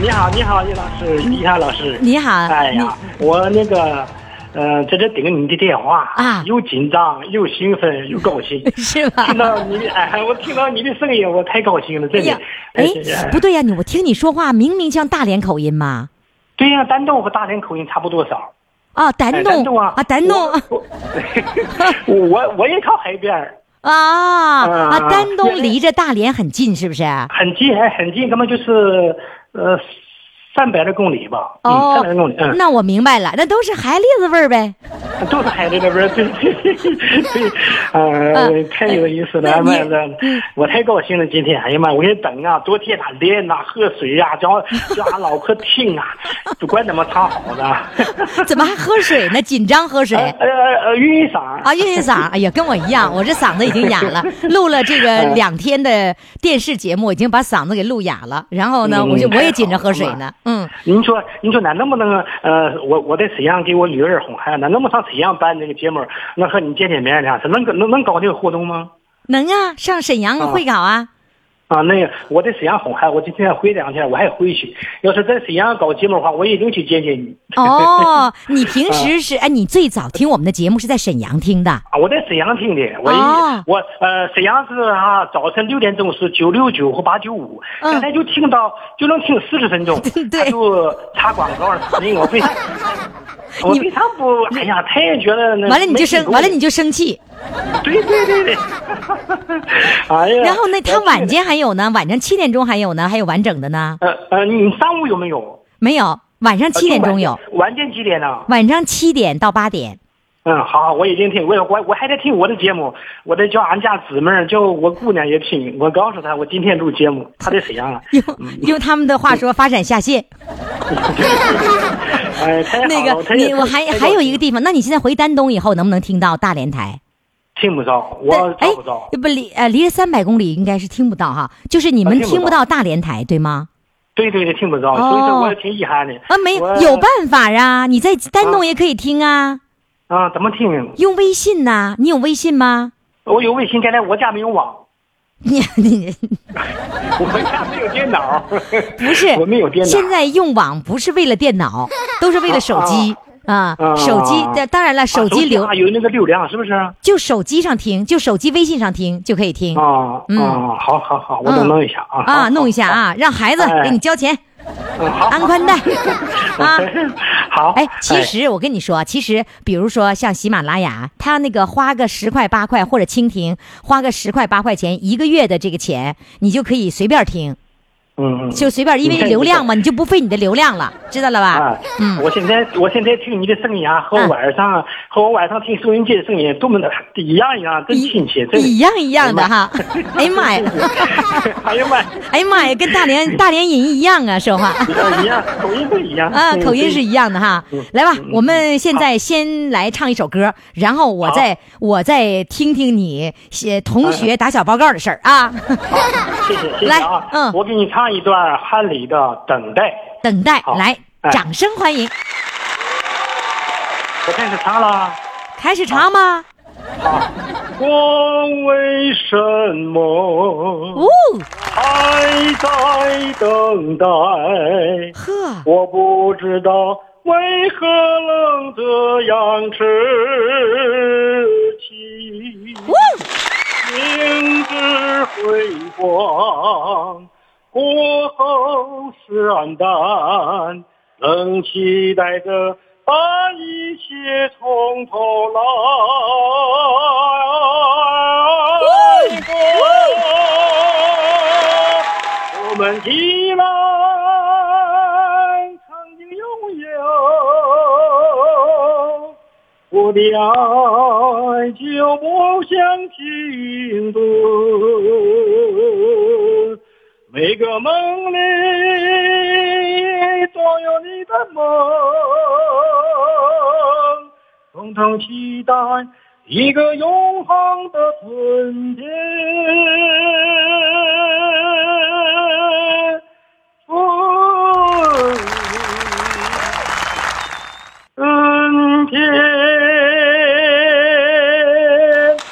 Speaker 11: 你好，你好，叶老师，李夏老师。
Speaker 1: 你好，
Speaker 11: 哎呀，我那个，呃，在这等你的电话
Speaker 1: 啊
Speaker 11: 又紧张又兴奋又高 兴。
Speaker 1: 你是吧？
Speaker 11: 听到你的，哎，我听到你的声音，我太高兴了，
Speaker 1: 哎
Speaker 11: 真的
Speaker 1: 呀。，哎
Speaker 11: 真的，
Speaker 1: 不对呀、你我听你说话明明像大连口音嘛？
Speaker 11: 对呀、丹东和大连口音差不多少。
Speaker 1: 啊，丹
Speaker 11: 哎
Speaker 1: 东、
Speaker 11: 丹东啊
Speaker 1: 丹东啊
Speaker 11: 我 我我也靠海边儿，
Speaker 1: 啊
Speaker 11: 啊
Speaker 1: 丹东离着大连很近，是不是？
Speaker 11: 很近，还很近，根本就是呃三百来公里吧，
Speaker 1: 哦
Speaker 11: 嗯，三百来公里，嗯，
Speaker 1: 那我明白了，那都是孩栗子味儿呗。
Speaker 11: 都是海里那边儿，对对对，呃，太有意思了，
Speaker 1: 嗯那
Speaker 11: 哎
Speaker 1: 你嗯
Speaker 11: 妈呀，我太高兴了，今天，哎呀妈，我也等啊，多天打练呐，喝水啊呀、叫 叫俺脑壳听啊，不管怎么唱好的，
Speaker 1: 怎么还喝水呢？紧张喝水
Speaker 11: 呃呃呃，晕一嗓儿，
Speaker 1: 啊！运运嗓，哎呀，跟我一样，我这嗓子已经哑 了。录了这
Speaker 11: 嗯
Speaker 1: 个两天的电视节目，已经把嗓子给录哑了。然后呢，
Speaker 11: 嗯
Speaker 1: 我就我也紧着
Speaker 11: 太好
Speaker 1: 喝
Speaker 11: 了
Speaker 1: 水呢。嗯，
Speaker 11: 您说，您说，咱能不能，呃，我我在沈阳给我女儿哄孩子，咱能不能上沈阳办这个节目，能和你见见面呢？能能能搞这个活动吗？
Speaker 1: 能啊，上沈阳会搞啊。
Speaker 11: 啊，那个我在沈阳哄孩子，我今天回两天，我还回去。要是在沈阳搞节目的话，我一定去见见你。
Speaker 1: 哦，你平时
Speaker 11: 啊
Speaker 1: 是哎，你最早听我们的节目是在沈阳听的
Speaker 11: 啊，我在沈阳听的，我一、
Speaker 1: 哦
Speaker 11: 我呃，沈阳是哈、早晨六点钟是九六九或八九五，
Speaker 1: 嗯，
Speaker 11: 刚才就听到就能听四十分钟
Speaker 1: 对
Speaker 11: 他就插广告了，那个我 为啥？我
Speaker 1: 你
Speaker 11: 为啥不？哎呀，太觉得那
Speaker 1: 完了你就
Speaker 11: 没听
Speaker 1: 生，
Speaker 11: 过
Speaker 1: 完了你就生气。
Speaker 11: 对对 对对，哎呀，
Speaker 1: 然后呢，他
Speaker 11: 我
Speaker 1: 晚间还有呢，晚上七点钟还有呢，还有完整的呢。
Speaker 11: 呃呃，你上午有没有？
Speaker 1: 没有，晚上七点钟有，
Speaker 11: 晚间几点呢？
Speaker 1: 晚上七点到八点。
Speaker 11: 嗯，好，好，我已经听，我我我还在听我的节目，我得叫俺家姊妹儿，叫我姑娘也听。我告诉她，我今天录 节目，她在沈阳啊。
Speaker 1: 用用他们的话说，发展下线。
Speaker 11: 哎，太好了
Speaker 1: 那个
Speaker 11: 太
Speaker 1: 你我还
Speaker 11: 太
Speaker 1: 还有一个地方，那你现在回丹东以后能不能听到大连台？
Speaker 11: 听不着，我
Speaker 1: 哎
Speaker 11: 找不着。
Speaker 1: 不离呃离了三百公里应该是听不到哈，就是你
Speaker 11: 啊
Speaker 1: 们
Speaker 11: 听不
Speaker 1: 听不
Speaker 11: 到
Speaker 1: 到大连台对吗？
Speaker 11: 对对对，听不着，所以说我也挺遗憾的。
Speaker 1: 哦啊，没
Speaker 11: 我
Speaker 1: 有办法啊，你在丹东也可以听啊，
Speaker 11: 啊，怎么听？
Speaker 1: 用微信呐、你有微信吗？
Speaker 11: 我有微信，现在我家没有网，
Speaker 1: 你你
Speaker 11: 我家没有电脑。
Speaker 1: 不是
Speaker 11: 我没有电脑。啊
Speaker 1: 现在用网不是为了电脑，都是为了手机啊
Speaker 11: 啊
Speaker 1: 手机
Speaker 11: 啊
Speaker 1: 当当然了，手机流
Speaker 11: 啊有那个流量是不是？啊
Speaker 1: 就手机上听，就手机微信上听就可以听
Speaker 11: 啊，
Speaker 1: 嗯
Speaker 11: 好好好，我得
Speaker 1: 嗯
Speaker 11: 弄一下啊。
Speaker 1: 啊，弄一下啊，让孩子
Speaker 11: 哎
Speaker 1: 给你交钱，
Speaker 11: 好
Speaker 1: 安 宽带啊。
Speaker 11: 好，
Speaker 1: 哎，其实我跟你说，其实比如说像喜马拉雅，它那个花个十块八块，或者蜻蜓花个十块八块钱一个月的这个钱，你就可以随便听，
Speaker 11: 嗯，嗯
Speaker 1: 就随便，因为流量嘛，你就不费你的流量了，知道了吧
Speaker 11: 啊？，
Speaker 1: 嗯
Speaker 11: 我现在我现在听你的声音啊，和我晚上、和我晚上听收音机的声音，多么的一样一样，真亲切，真
Speaker 1: 一样一样的哈，哎呀妈呀，
Speaker 11: 哎呀妈呀，
Speaker 1: 哎呀妈呀，跟大连大连人一样啊，说话。
Speaker 11: 一样一样，口音不一样
Speaker 1: 啊，
Speaker 11: 嗯
Speaker 1: 口音是一样的哈。来吧，我们现在先来唱一首歌，然后我再我再听听你写同学打小报告的事儿啊。
Speaker 11: 谢谢谢谢啊，嗯，我给你唱一段汉里的《等待》，
Speaker 1: 等待，
Speaker 11: 好
Speaker 1: 来，
Speaker 11: 哎
Speaker 1: 掌声欢迎。
Speaker 11: 我开始唱了。
Speaker 1: 开始唱吗？
Speaker 11: 我为什么
Speaker 1: 哦，
Speaker 11: 还在等待？
Speaker 1: 呵，
Speaker 11: 我不知道为何能这样痴情，明知辉煌过后是黯淡，仍期待着把一切从头来。我们依然曾经拥有，我的爱就不想停顿。每个梦里都有你的梦，共同期待一个永恒的春天。春天，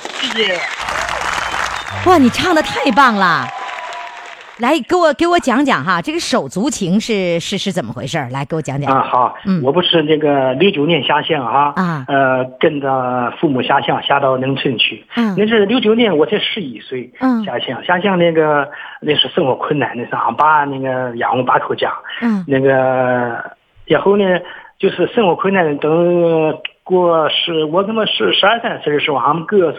Speaker 11: 谢谢。
Speaker 1: 哇，你唱的太棒了！来，给我给我讲讲哈，这个手足情是是是怎么回事儿？来，给我讲讲。
Speaker 11: 啊，好，我不是那个六九年下乡啊，
Speaker 1: 嗯啊
Speaker 11: 呃，跟着父母下乡，下到农村去。
Speaker 1: 嗯
Speaker 11: 那是六九年，我才十一岁，
Speaker 1: 嗯
Speaker 11: 下乡，下乡那个那是生活困难，那是俺爸那个养活八口家，
Speaker 1: 嗯
Speaker 11: 那个然后呢，就是生活困难，等过十，我他妈十十二三岁的时候，俺们哥是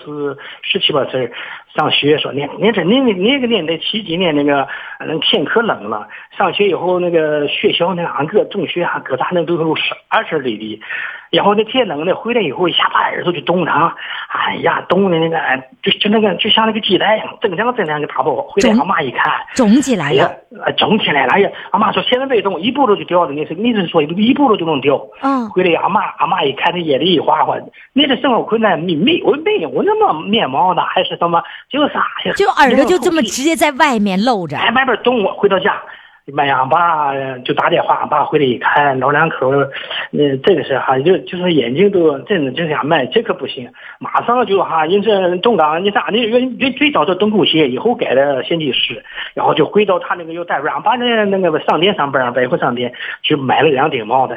Speaker 11: 十七八岁上学时候，那那阵那那那个年代七几年那个呃天可冷了，上学以后那个学校呢，俺哥中学俺哥大那都有十二十里地，然后那天冷了回来以后，一下把耳朵就冻的啊，哎呀冻的那个哎就就那个就像那个鸡蛋一样，铮锵铮锵的打破，回来俺妈一看。
Speaker 1: 肿起来
Speaker 11: 哎呀
Speaker 1: 了，，
Speaker 11: 呃整起来了！哎呀，俺妈说现在别动，一步骤就掉了。那是那是说一步骤就能掉。
Speaker 1: 嗯
Speaker 11: 回来俺妈俺妈一看这眼泪一哗哗，那是生活困难，没没我没有那么面貌呢，还是什么就啥呀？
Speaker 1: 就耳朵就这么
Speaker 11: 没有透气
Speaker 1: 直接在外面露着。
Speaker 11: 哎，外边冻我，回到家，妈呀，俺爸呃就打电话，俺爸回来一看，老两口，呃，真的是哈，就就是眼睛都真的就想卖，这可不行，马上就哈，人这冻岗，你咋的？人人最早叫东姑鞋，以后改了县级市，然后就回到他那个又带俺爸那那个商店上班，百货商店就买了两顶帽子，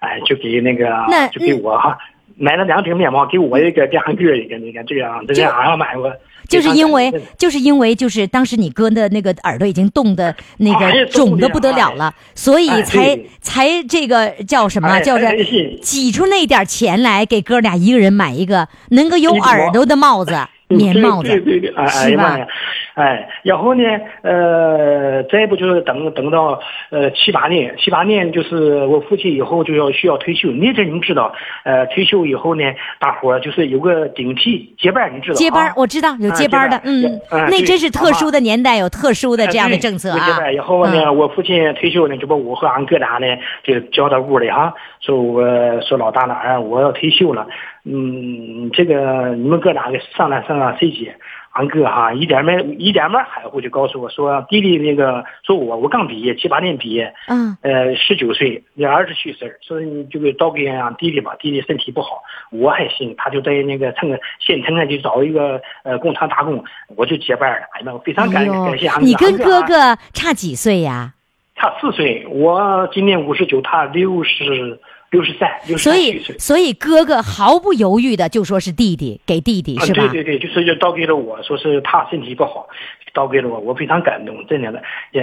Speaker 11: 哎，就给那个
Speaker 1: 那嗯
Speaker 11: 就给我哈。买了两顶面帽，给我一个，给俺哥一个，你看这样，这样哎俺买过，
Speaker 1: 就是因为
Speaker 11: 给他，
Speaker 1: 就是因为，就是当时你哥的那个耳朵已经冻的那
Speaker 11: 哎
Speaker 1: 个
Speaker 11: 呀
Speaker 1: 肿的不得了了，所以
Speaker 11: 哎
Speaker 1: 才
Speaker 11: 对
Speaker 1: 才这个叫什么，
Speaker 11: 哎
Speaker 1: 叫
Speaker 11: 哎
Speaker 1: 是
Speaker 11: 是
Speaker 1: 挤出那点钱来给哥俩一个人买一个能够有耳朵的帽子、
Speaker 11: 嗯
Speaker 1: 棉帽子
Speaker 11: 对对对对，哎，哎
Speaker 1: 是
Speaker 11: 呀妈
Speaker 1: 吧
Speaker 11: 呀？，哎，然后呢，呃，再不就是等等到呃七八年，七八年就是我父亲以后就要需要退休。那阵你们知道，呃，退休以后呢，大伙儿就是有个顶替接班儿，你知道、啊？
Speaker 1: 接班儿，我知道有
Speaker 11: 啊
Speaker 1: 接班儿的
Speaker 11: 接，班
Speaker 1: 嗯
Speaker 11: 儿，嗯
Speaker 1: 那
Speaker 11: 对
Speaker 1: 真是特殊的年代，有特殊的
Speaker 11: 哎
Speaker 1: 这样的
Speaker 11: 对
Speaker 1: 政策
Speaker 11: 有接
Speaker 1: 啊
Speaker 11: 班。然后呢，我父亲退休呢，就把我和俺哥俩呢就叫到屋里啊，说我说老大哪儿啊，我要退休了，嗯，这个你们哥俩给商量商量谁接。啊俺哥哈、一点没一点没含糊，就告诉我说弟弟那个说我我刚毕业七八年毕业，
Speaker 1: 嗯，
Speaker 11: 呃十九岁，那二十虚岁儿，说你就给照顾俺弟弟吧，弟弟身体不好，我还行，他就在那个趁个县城啊就找一个呃工厂打工，我就接班了，哎呀，我非常
Speaker 1: 哎
Speaker 11: 感
Speaker 1: 呦
Speaker 11: 感谢俺哥。
Speaker 1: 你跟
Speaker 11: 俺
Speaker 1: 哥
Speaker 11: 啊
Speaker 1: 哥差几岁呀？
Speaker 11: 差四岁，我今年五十九，他六十六十三，六十
Speaker 1: 所
Speaker 11: 三岁
Speaker 1: 以，。所以哥哥毫不犹豫的就说是弟弟给弟弟
Speaker 11: 啊，
Speaker 1: 是吧？
Speaker 11: 对对对，就是就倒给了我，说是他身体不好，倒给了我，我非常感动，真的的，也，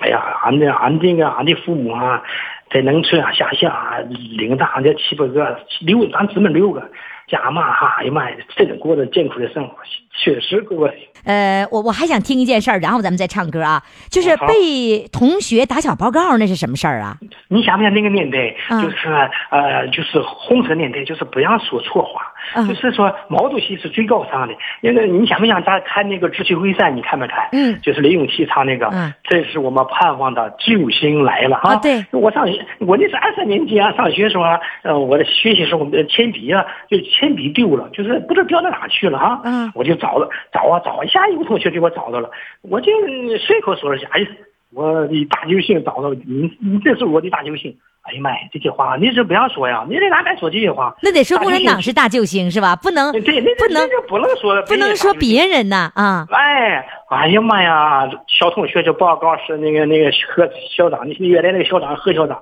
Speaker 11: 哎呀，俺的俺这个俺的父母啊，在农村啊下乡啊，领着俺这七八个六，俺姊妹六个，家俺妈哈，哎呀妈呀，真的过着艰苦的生活，确实给我
Speaker 1: 呃，我我还想听一件事儿，然后咱们再唱歌啊。就是
Speaker 11: 好
Speaker 1: 被同学打小报告，那是什么事儿啊？
Speaker 11: 你想不想那个年代，
Speaker 1: 嗯
Speaker 11: 就是呃，就是红尘年代，就是不让说错话，
Speaker 1: 嗯
Speaker 11: 就是说毛主席是最高尚的。那个你想不想？咱看那个《智取威山》，你看没看？
Speaker 1: 嗯
Speaker 11: 就是李永琪唱那个，
Speaker 1: 嗯
Speaker 11: 这是我们盼望的救星来了啊！
Speaker 1: 啊对
Speaker 11: 我上学，我那是二三年级啊，上学时候啊，呃，我的学习时候，我们的铅笔啊，就铅笔丢了，就是不知道掉到哪去了啊。
Speaker 1: 嗯
Speaker 11: 我就找了，找啊找啊，一下有个同学给我找到了，我就嗯随口说了一下，哎呀，我的大救星找到了你，你这是我的大救星。哎呀妈呀，这些话你是不让说呀，你这哪敢说这些话？
Speaker 1: 那得说
Speaker 11: 大
Speaker 1: 共
Speaker 11: 救
Speaker 1: 产
Speaker 11: 星
Speaker 1: 党是大救星是吧？不能
Speaker 11: 对，那
Speaker 1: 不能
Speaker 11: 那就不能说，
Speaker 1: 不能说
Speaker 11: 别人大救星
Speaker 1: 别人呐啊！
Speaker 11: 哎，哎呀妈呀！小同学就报告是那个那个何校长，你原来那个校长何校长，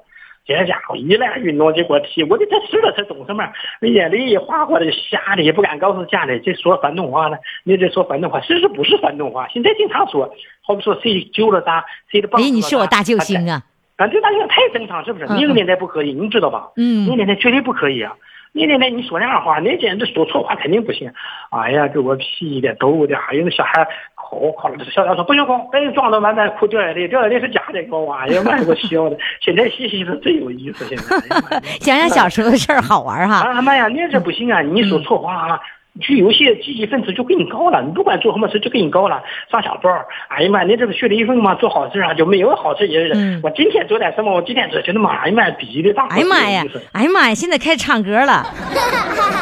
Speaker 11: 这家伙一来运动，结果踢我这这知道他懂什么？眼泪一哗哗的，吓得也不敢告诉家里，这说反动话呢？你这说反动话，其实不是反动话，现在经常说，好比说谁救了咱，谁的帮
Speaker 1: 哎，
Speaker 11: 助了咱
Speaker 1: 你是我大救星！啊！
Speaker 11: 啊，这大家太正常，是不是？
Speaker 1: 嗯
Speaker 11: 那
Speaker 1: 嗯
Speaker 11: 个年代不可以，你知道吧？
Speaker 1: 嗯
Speaker 11: 那年代绝对不可以啊！那年代你说那样话，那简直说错话肯定不行。哎呀，给我气的、逗的，哎呀，那小孩哭哭了，校长说不许哭，哎，撞到完蛋，哭掉眼泪，掉眼泪是假的，给我哎呀妈呀，给我笑的。现在嘻嘻是最有意思，现在。哎呀妈呀
Speaker 1: 想想小时候的事儿好玩儿 哈。
Speaker 11: 啊妈呀，那这不行啊！你
Speaker 1: 嗯
Speaker 11: 说错话啊，就有些积极分子就给你高了，你不管做什么事就给你高了，上小报。哎呀妈，你这不学雷锋嘛，做好事啊就没有好事也是。
Speaker 1: 嗯
Speaker 11: 我今天做点什么，我今天做什么，哎呀妈，比的大。
Speaker 1: 哎呀妈呀！哎呀妈呀！现在开始唱歌了。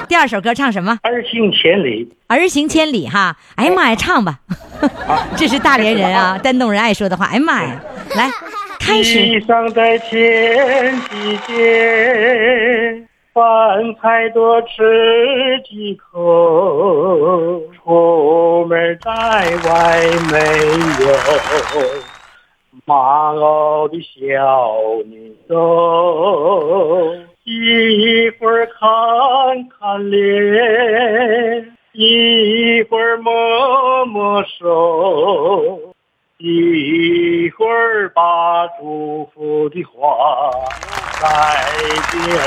Speaker 1: 第二首歌唱什么？
Speaker 11: 儿行千里，
Speaker 1: 儿行千里哈！哎呀妈呀，唱吧！ 这是大连人 啊，丹东人爱说的话。哎呀妈呀！来，开始。
Speaker 12: 衣裳在前几件，饭菜多吃几口，出门在外没有马袄的小女走。一会儿看看脸，一会儿摸摸手。一会儿把祝福的话带进耳，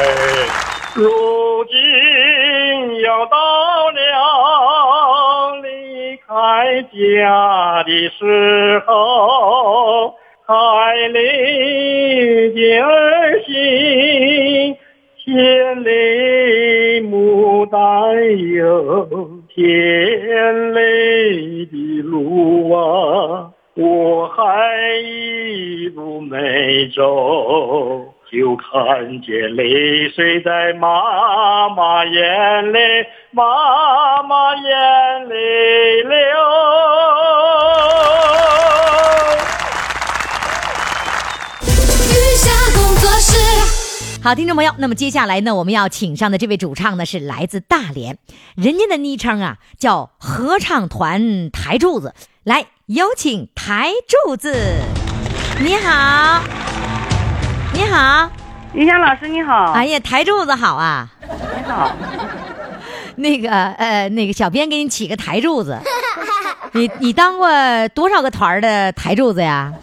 Speaker 12: 如今要到了离开家的时候，才理解儿行。千里牡丹有，千里的路啊，我还一路没走，就看见泪水在妈妈眼泪，妈妈眼泪流。
Speaker 13: 雨下工作室。
Speaker 1: 好，听众朋友，那么接下来呢，我们要请上的这位主唱呢是来自大连，人家的昵称啊叫合唱团台柱子。来，有请台柱子。你好，你好，
Speaker 14: 云霞老师你好，
Speaker 1: 哎呀，台柱子好啊。
Speaker 14: 你好，
Speaker 1: 那个呃，那个小编给你起个台柱子，你你当过多少个团儿的台柱子呀？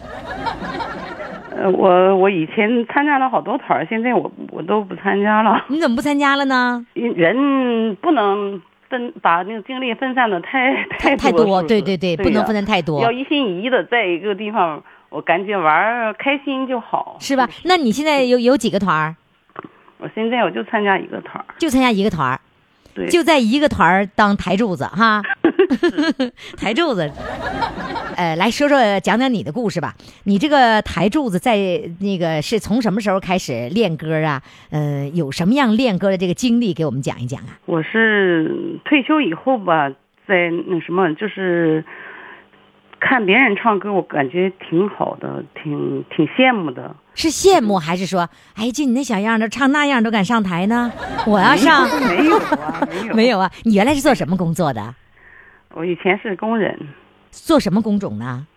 Speaker 14: 呃，我我以前参加了好多团儿，现在我我都不参加了，
Speaker 1: 你怎么不参加了呢？
Speaker 14: 人不能分把那个精力分散的太
Speaker 1: 太
Speaker 14: 太
Speaker 1: 多，
Speaker 14: 是
Speaker 1: 对对对，
Speaker 14: 对
Speaker 1: 不能
Speaker 14: 呀
Speaker 1: 分散太多，
Speaker 14: 要一心一意的在一个地方，我感觉玩儿开心就好。
Speaker 1: 是吧？那你现在有有几个团儿？
Speaker 14: 我现在我就参加一个团儿，
Speaker 1: 就参加一个团儿，
Speaker 14: 对
Speaker 1: 就在一个团儿当台柱子哈， 台柱子。呃，来说说讲讲你的故事吧。你这个台柱子在那个是从什么时候开始练歌啊？呃，有什么样练歌的这个经历给我们讲一讲啊？
Speaker 14: 我是退休以后吧，在那什么，就是看别人唱歌，我感觉挺好的，挺挺羡慕的。
Speaker 1: 是羡
Speaker 14: 嗯
Speaker 1: 慕还是说，哎，就你那小样儿都唱那样儿都敢上台呢？我要上，
Speaker 14: 没有啊，没有。
Speaker 1: 没有啊。你原来是做什么工作的？
Speaker 14: 我以前是工人，
Speaker 1: 做什么工种呢？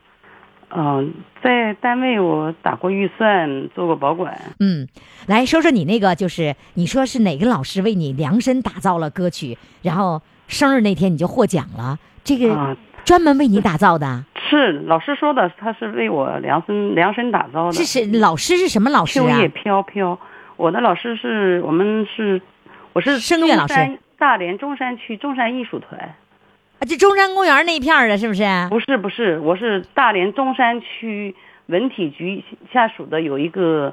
Speaker 14: 嗯、在单位我打过预算，做过保管。
Speaker 1: 嗯，来说说你那个，就是你说是哪个老师为你量身打造了歌曲，然后生日那天你就获奖了，这
Speaker 14: 啊
Speaker 1: 个专门为你打造的 啊，
Speaker 14: 是老师说的，他是为我量身量身打造的。
Speaker 1: 是是老师是什么老师
Speaker 14: 秋
Speaker 1: 啊
Speaker 14: 叶？飘飘，我的老师是我们是，我是
Speaker 1: 声乐老
Speaker 14: 中山
Speaker 1: 师，
Speaker 14: 大连中山区中山艺术团。
Speaker 1: 啊，就中山公园那一片儿的，是不是？哎
Speaker 14: 不是不是，我是大连中山区文体局下属的有一个，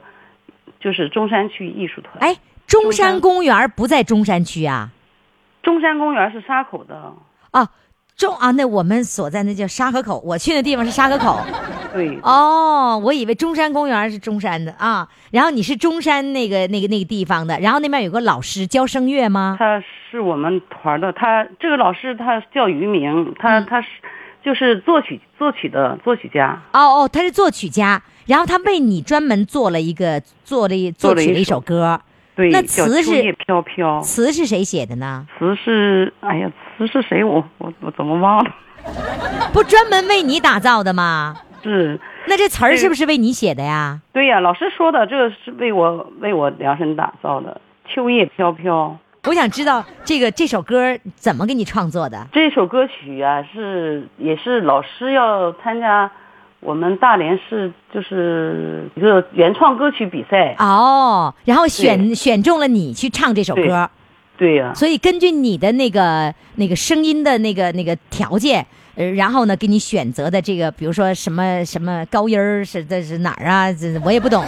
Speaker 14: 就是中山区艺术团。
Speaker 1: 哎，中山公园不在中山区啊？
Speaker 14: 中山公园是沙口的，
Speaker 1: 啊，中啊，那我们所在那叫沙河口，我去那地方是沙河口。
Speaker 14: 对，
Speaker 1: 哦，我以为中山公园是中山的啊，然后你是中山那个那个那个地方的，然后那边有个老师教声乐吗？
Speaker 14: 他是我们团的。他这个老师他叫于明，他、
Speaker 1: 嗯
Speaker 14: 他是就是作曲作曲的作曲家。
Speaker 1: 哦哦，他是作曲家，然后他为你专门做了一个做了一
Speaker 14: 做了
Speaker 1: 曲了
Speaker 14: 一
Speaker 1: 一首
Speaker 14: 首哦
Speaker 1: 歌，
Speaker 14: 对，
Speaker 1: 那
Speaker 14: 叫
Speaker 1: 词
Speaker 14: 秋
Speaker 1: 是
Speaker 14: 叶飘飘，
Speaker 1: 词是谁写的呢？
Speaker 14: 词是哎呀，词是谁？我我我怎么忘了？
Speaker 1: 不专门为你打造的吗？
Speaker 14: 是，
Speaker 1: 那这词儿
Speaker 14: 对
Speaker 1: 是不是为你写的呀？
Speaker 14: 对呀、老师说的，这个是为我为我量身打造的。秋叶飘飘
Speaker 1: 我想知道这个这首歌怎么给你创作的？
Speaker 14: 这首歌曲啊，是也是老师要参加我们大连市就是一个原创歌曲比赛。
Speaker 1: 哦，然后选选中了你去唱这首
Speaker 14: 对
Speaker 1: 歌，
Speaker 14: 对呀、
Speaker 1: 所以根据你的那个那个声音的那个那个条件，呃，然后呢，给你选择的这个，比如说什么什么高音儿是这是哪儿啊？这我也不懂。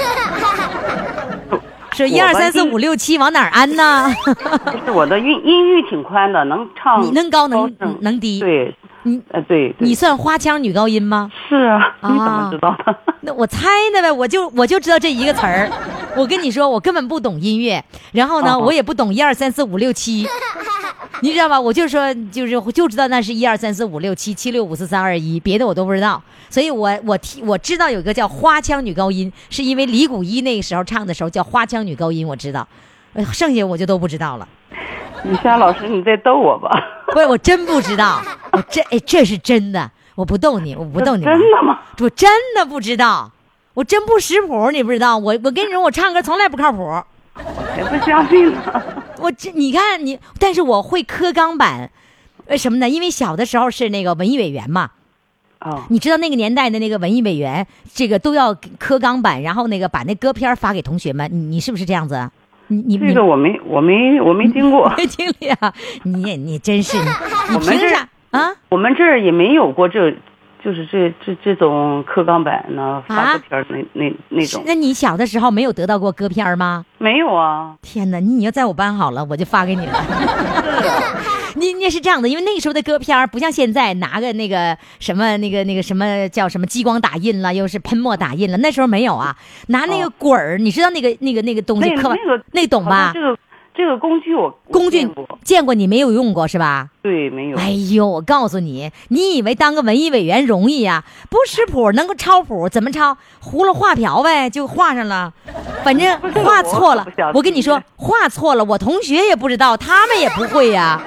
Speaker 1: 是一
Speaker 14: 我
Speaker 1: 二
Speaker 14: 吧
Speaker 1: 三四
Speaker 14: 第一
Speaker 1: 五六七往哪儿安呢？
Speaker 14: 就是我的音音域挺宽的，能唱
Speaker 1: 你能高能
Speaker 14: 声
Speaker 1: 能低？
Speaker 14: 哦对，
Speaker 1: 你
Speaker 14: 呃对，对
Speaker 1: 你算花腔女高音吗？
Speaker 14: 是啊，你怎
Speaker 1: 啊
Speaker 14: 么知道的？
Speaker 1: 那我猜的呗，我就我就知道这一个词儿。我跟你说，我根本不懂音乐，然后呢，
Speaker 14: 哦
Speaker 1: 我也不懂一二三四五六七，你知道吧？我就说，就是就知道那是一二三四五六七七六五四三二一，别的我都不知道。所以我我听我知道有一个叫花腔女高音，是因为李谷一那个时候唱的时候叫花腔女高音，我知道，呃剩下我就都不知道了。
Speaker 14: 你夏老师，你在逗我吧？
Speaker 1: 不是，我真不知道，我这哎，这是真的，我不逗你，我不逗你玩，
Speaker 14: 真的吗？
Speaker 1: 我真的不知道，我真不识谱，你不知道，我我跟你说，我唱歌从来不靠谱，
Speaker 14: 也不相信呢。
Speaker 1: 我这你看你，但是我会磕钢板，为什么呢？因为小的时候是那个文艺委员嘛，
Speaker 14: 哦，
Speaker 1: 你知道那个年代的那个文艺委员，这个都要磕钢板，然后那个把那歌片儿发给同学们，你你是不是这样子啊？你你
Speaker 14: 这个我没我没我没经过，
Speaker 1: 没经历啊，你也你真是你你
Speaker 14: 我们
Speaker 1: 凭
Speaker 14: 这
Speaker 1: 啥啊？
Speaker 14: 我们这儿也没有过这，就是这这这种刻钢板呢、
Speaker 1: 啊
Speaker 14: 发个片儿那那那种
Speaker 1: 那你小的时候没有得到过歌片儿吗？
Speaker 14: 没有啊。
Speaker 1: 天哪，你你要在我班好了，我就发给你了。
Speaker 14: 啊
Speaker 1: 你你也是这样的，因为那个时候的歌片儿不像现在拿个那个什么那个那个什么叫什么激光打印了，又是喷墨打印了，那时候没有啊，拿那个棍儿，你知道那个那个那个东西
Speaker 14: 那
Speaker 1: 刻完
Speaker 14: 哦那个
Speaker 1: 那懂
Speaker 14: 好像
Speaker 1: 吧
Speaker 14: 这？个这个工具我我
Speaker 1: 工具
Speaker 14: 见过
Speaker 1: 见过你没有用过是吧？
Speaker 14: 对没有，
Speaker 1: 哎呦，我告诉你，你以为当个文艺委员容易呀、不识谱，能够抄谱，怎么抄？糊了画瓢呗，就画上了。反正
Speaker 14: 是
Speaker 1: 画错 了
Speaker 14: 我可不，想
Speaker 1: 我跟你说，画错了，我同学也不知道，他们也不会呀、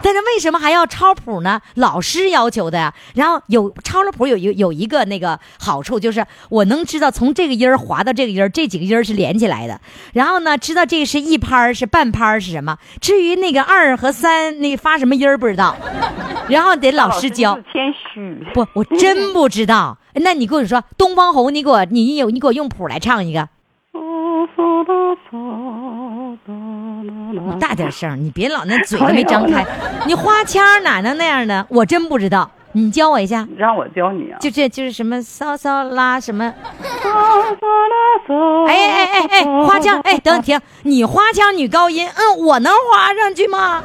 Speaker 1: 但是为什么还要抄谱呢？老师要求的呀。然后有抄了谱有有有一个那个好处，就是我能知道从这个音儿滑到这个音儿，这几个音儿是连起来的。然后呢，知道这个是一拍儿是半拍儿是什么。至于那个二和三那个发什么音儿不知道， 然后得老师教
Speaker 14: 就是。谦虚。
Speaker 1: 不，我真不知道。那你跟我说《东方红》，你给我你你有你给我用谱来唱一个。
Speaker 14: 嘟嘟嘟
Speaker 1: 你大点声，你别老那嘴都没张 开。你花腔哪能那样的？我真不知道，你教我一下。
Speaker 14: 让我教你啊。
Speaker 1: 就这就是什么骚骚啦什 么。
Speaker 14: 哎
Speaker 1: 哎哎哎，花腔哎，等停，你花腔女高音，嗯，我能花上去吗？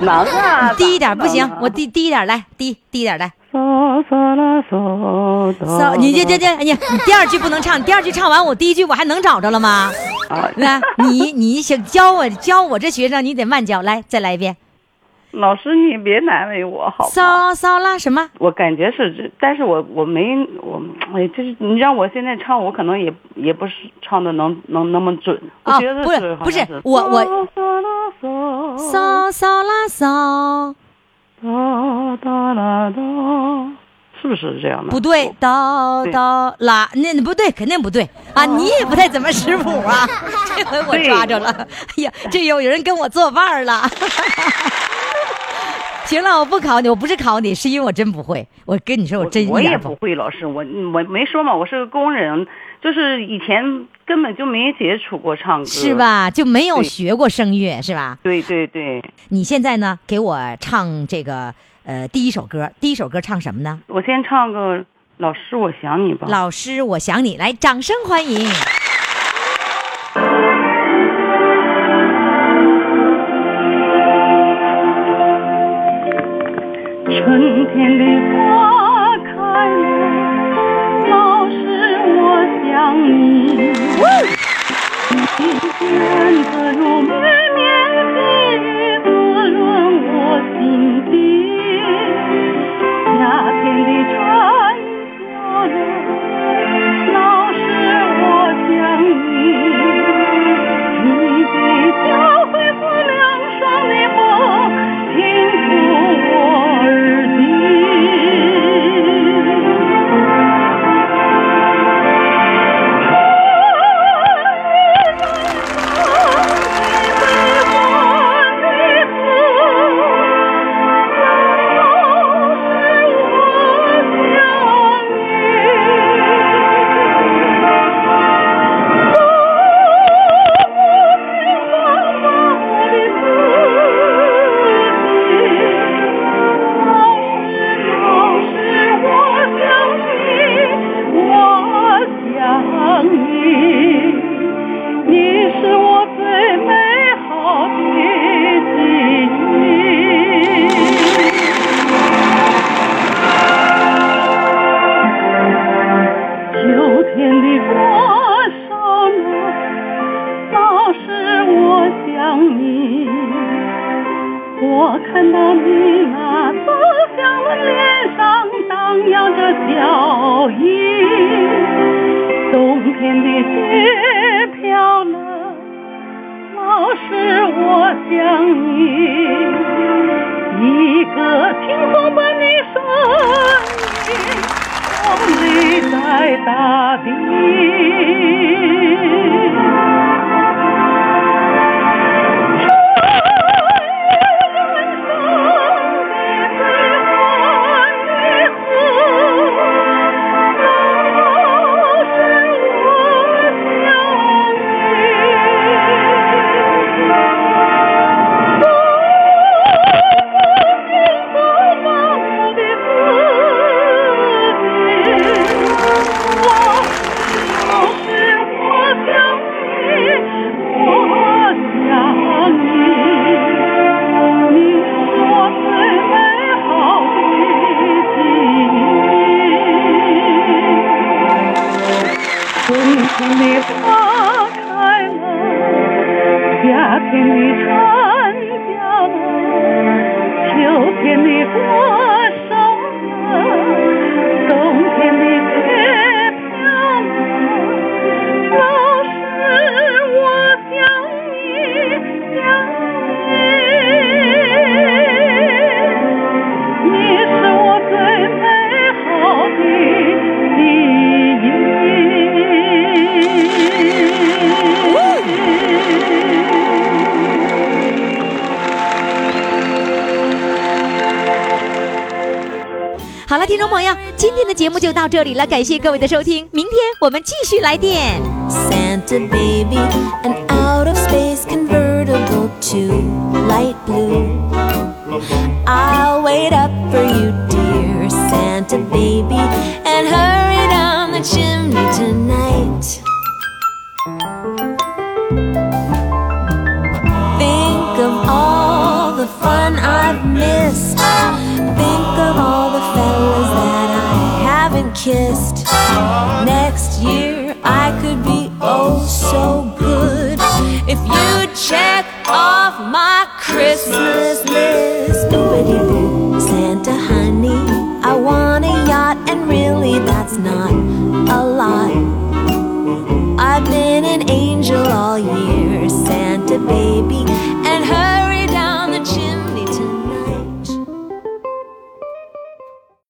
Speaker 14: 能啊
Speaker 1: 你低一点不
Speaker 14: 能
Speaker 1: 行
Speaker 14: 啊，
Speaker 1: 我低低一点来，低低一点来。
Speaker 14: 嗦嗦啦嗦
Speaker 1: 骚，你这这
Speaker 14: 啊
Speaker 1: 这，你你第二句不能唱，第二句唱完，我第一句我还能找着了吗？
Speaker 14: 啊
Speaker 1: 来，你你想教我教我这学生，你得慢教，来再来一遍。
Speaker 14: 老师，你别难为我好
Speaker 1: 骚骚啦什么？
Speaker 14: 我感觉是这，但是我我没我，哎，就是你让我现在唱，我可能也也不是唱的能能那么准。我
Speaker 1: 哦
Speaker 14: 觉得
Speaker 1: 不
Speaker 14: 是
Speaker 1: 是
Speaker 14: 好
Speaker 1: 不
Speaker 14: 像
Speaker 1: 是我我
Speaker 14: 骚
Speaker 1: 骚骚啦骚，
Speaker 14: 哒哒啦哒，是不是这样的？
Speaker 1: 不对，
Speaker 14: 哦
Speaker 1: 叨叨啦，那那不对，肯定不对啊！你也不太怎么识谱 啊，这回我抓着了。哎呀，这有有人跟我作伴儿了。 行了，我不考你，我不是考你，是因为我真不会。我跟你说，我真一
Speaker 14: 我
Speaker 1: 点
Speaker 14: 也
Speaker 1: 儿不
Speaker 14: 不会，老师，我嗯我没说嘛，我是个工人，就是以前根本就没接触过唱歌，
Speaker 1: 是？吧？就没有
Speaker 14: 嗯对
Speaker 1: 学过声乐，是吧？
Speaker 14: 对对对，
Speaker 1: 你现在呢，给我唱这个呃第一首歌，第一首歌唱什么呢？
Speaker 14: 我先唱个《老师我想你》吧。
Speaker 1: 老师，我想你，来，掌声欢迎。
Speaker 6: 春天的花开了，老师我想你。你卷子如绵绵细滋润我心底。夏天的蝉叫着，老师我想你。你的娇贵似凉爽的风，轻抚我耳我想你，你是我最美好的记忆。秋天的花上啊，老师我想你，我看到你啊那慈祥的脸上荡漾着笑意。冬天的雪飘了，老师我想你，一个清风般的声音，梦里在大地。春天的花开了，夏天的蝉叫了，秋天的花上了，冬天的雪飘了。老师，我想你，想你，你是我最美好的记忆。
Speaker 1: 好了，听众朋友，今天的节目就到这里了，感谢各位的收听，明天我们继续来电。
Speaker 8: Santa baby, and I'll out of space convertible to light blue. I'll wait up for you, dear Santa baby, and hurry down the chimney tonight. Think of all the fun I've missed. Think of all the fellas that I haven't kissed. Next year I could be oh so good if you check off my Christmas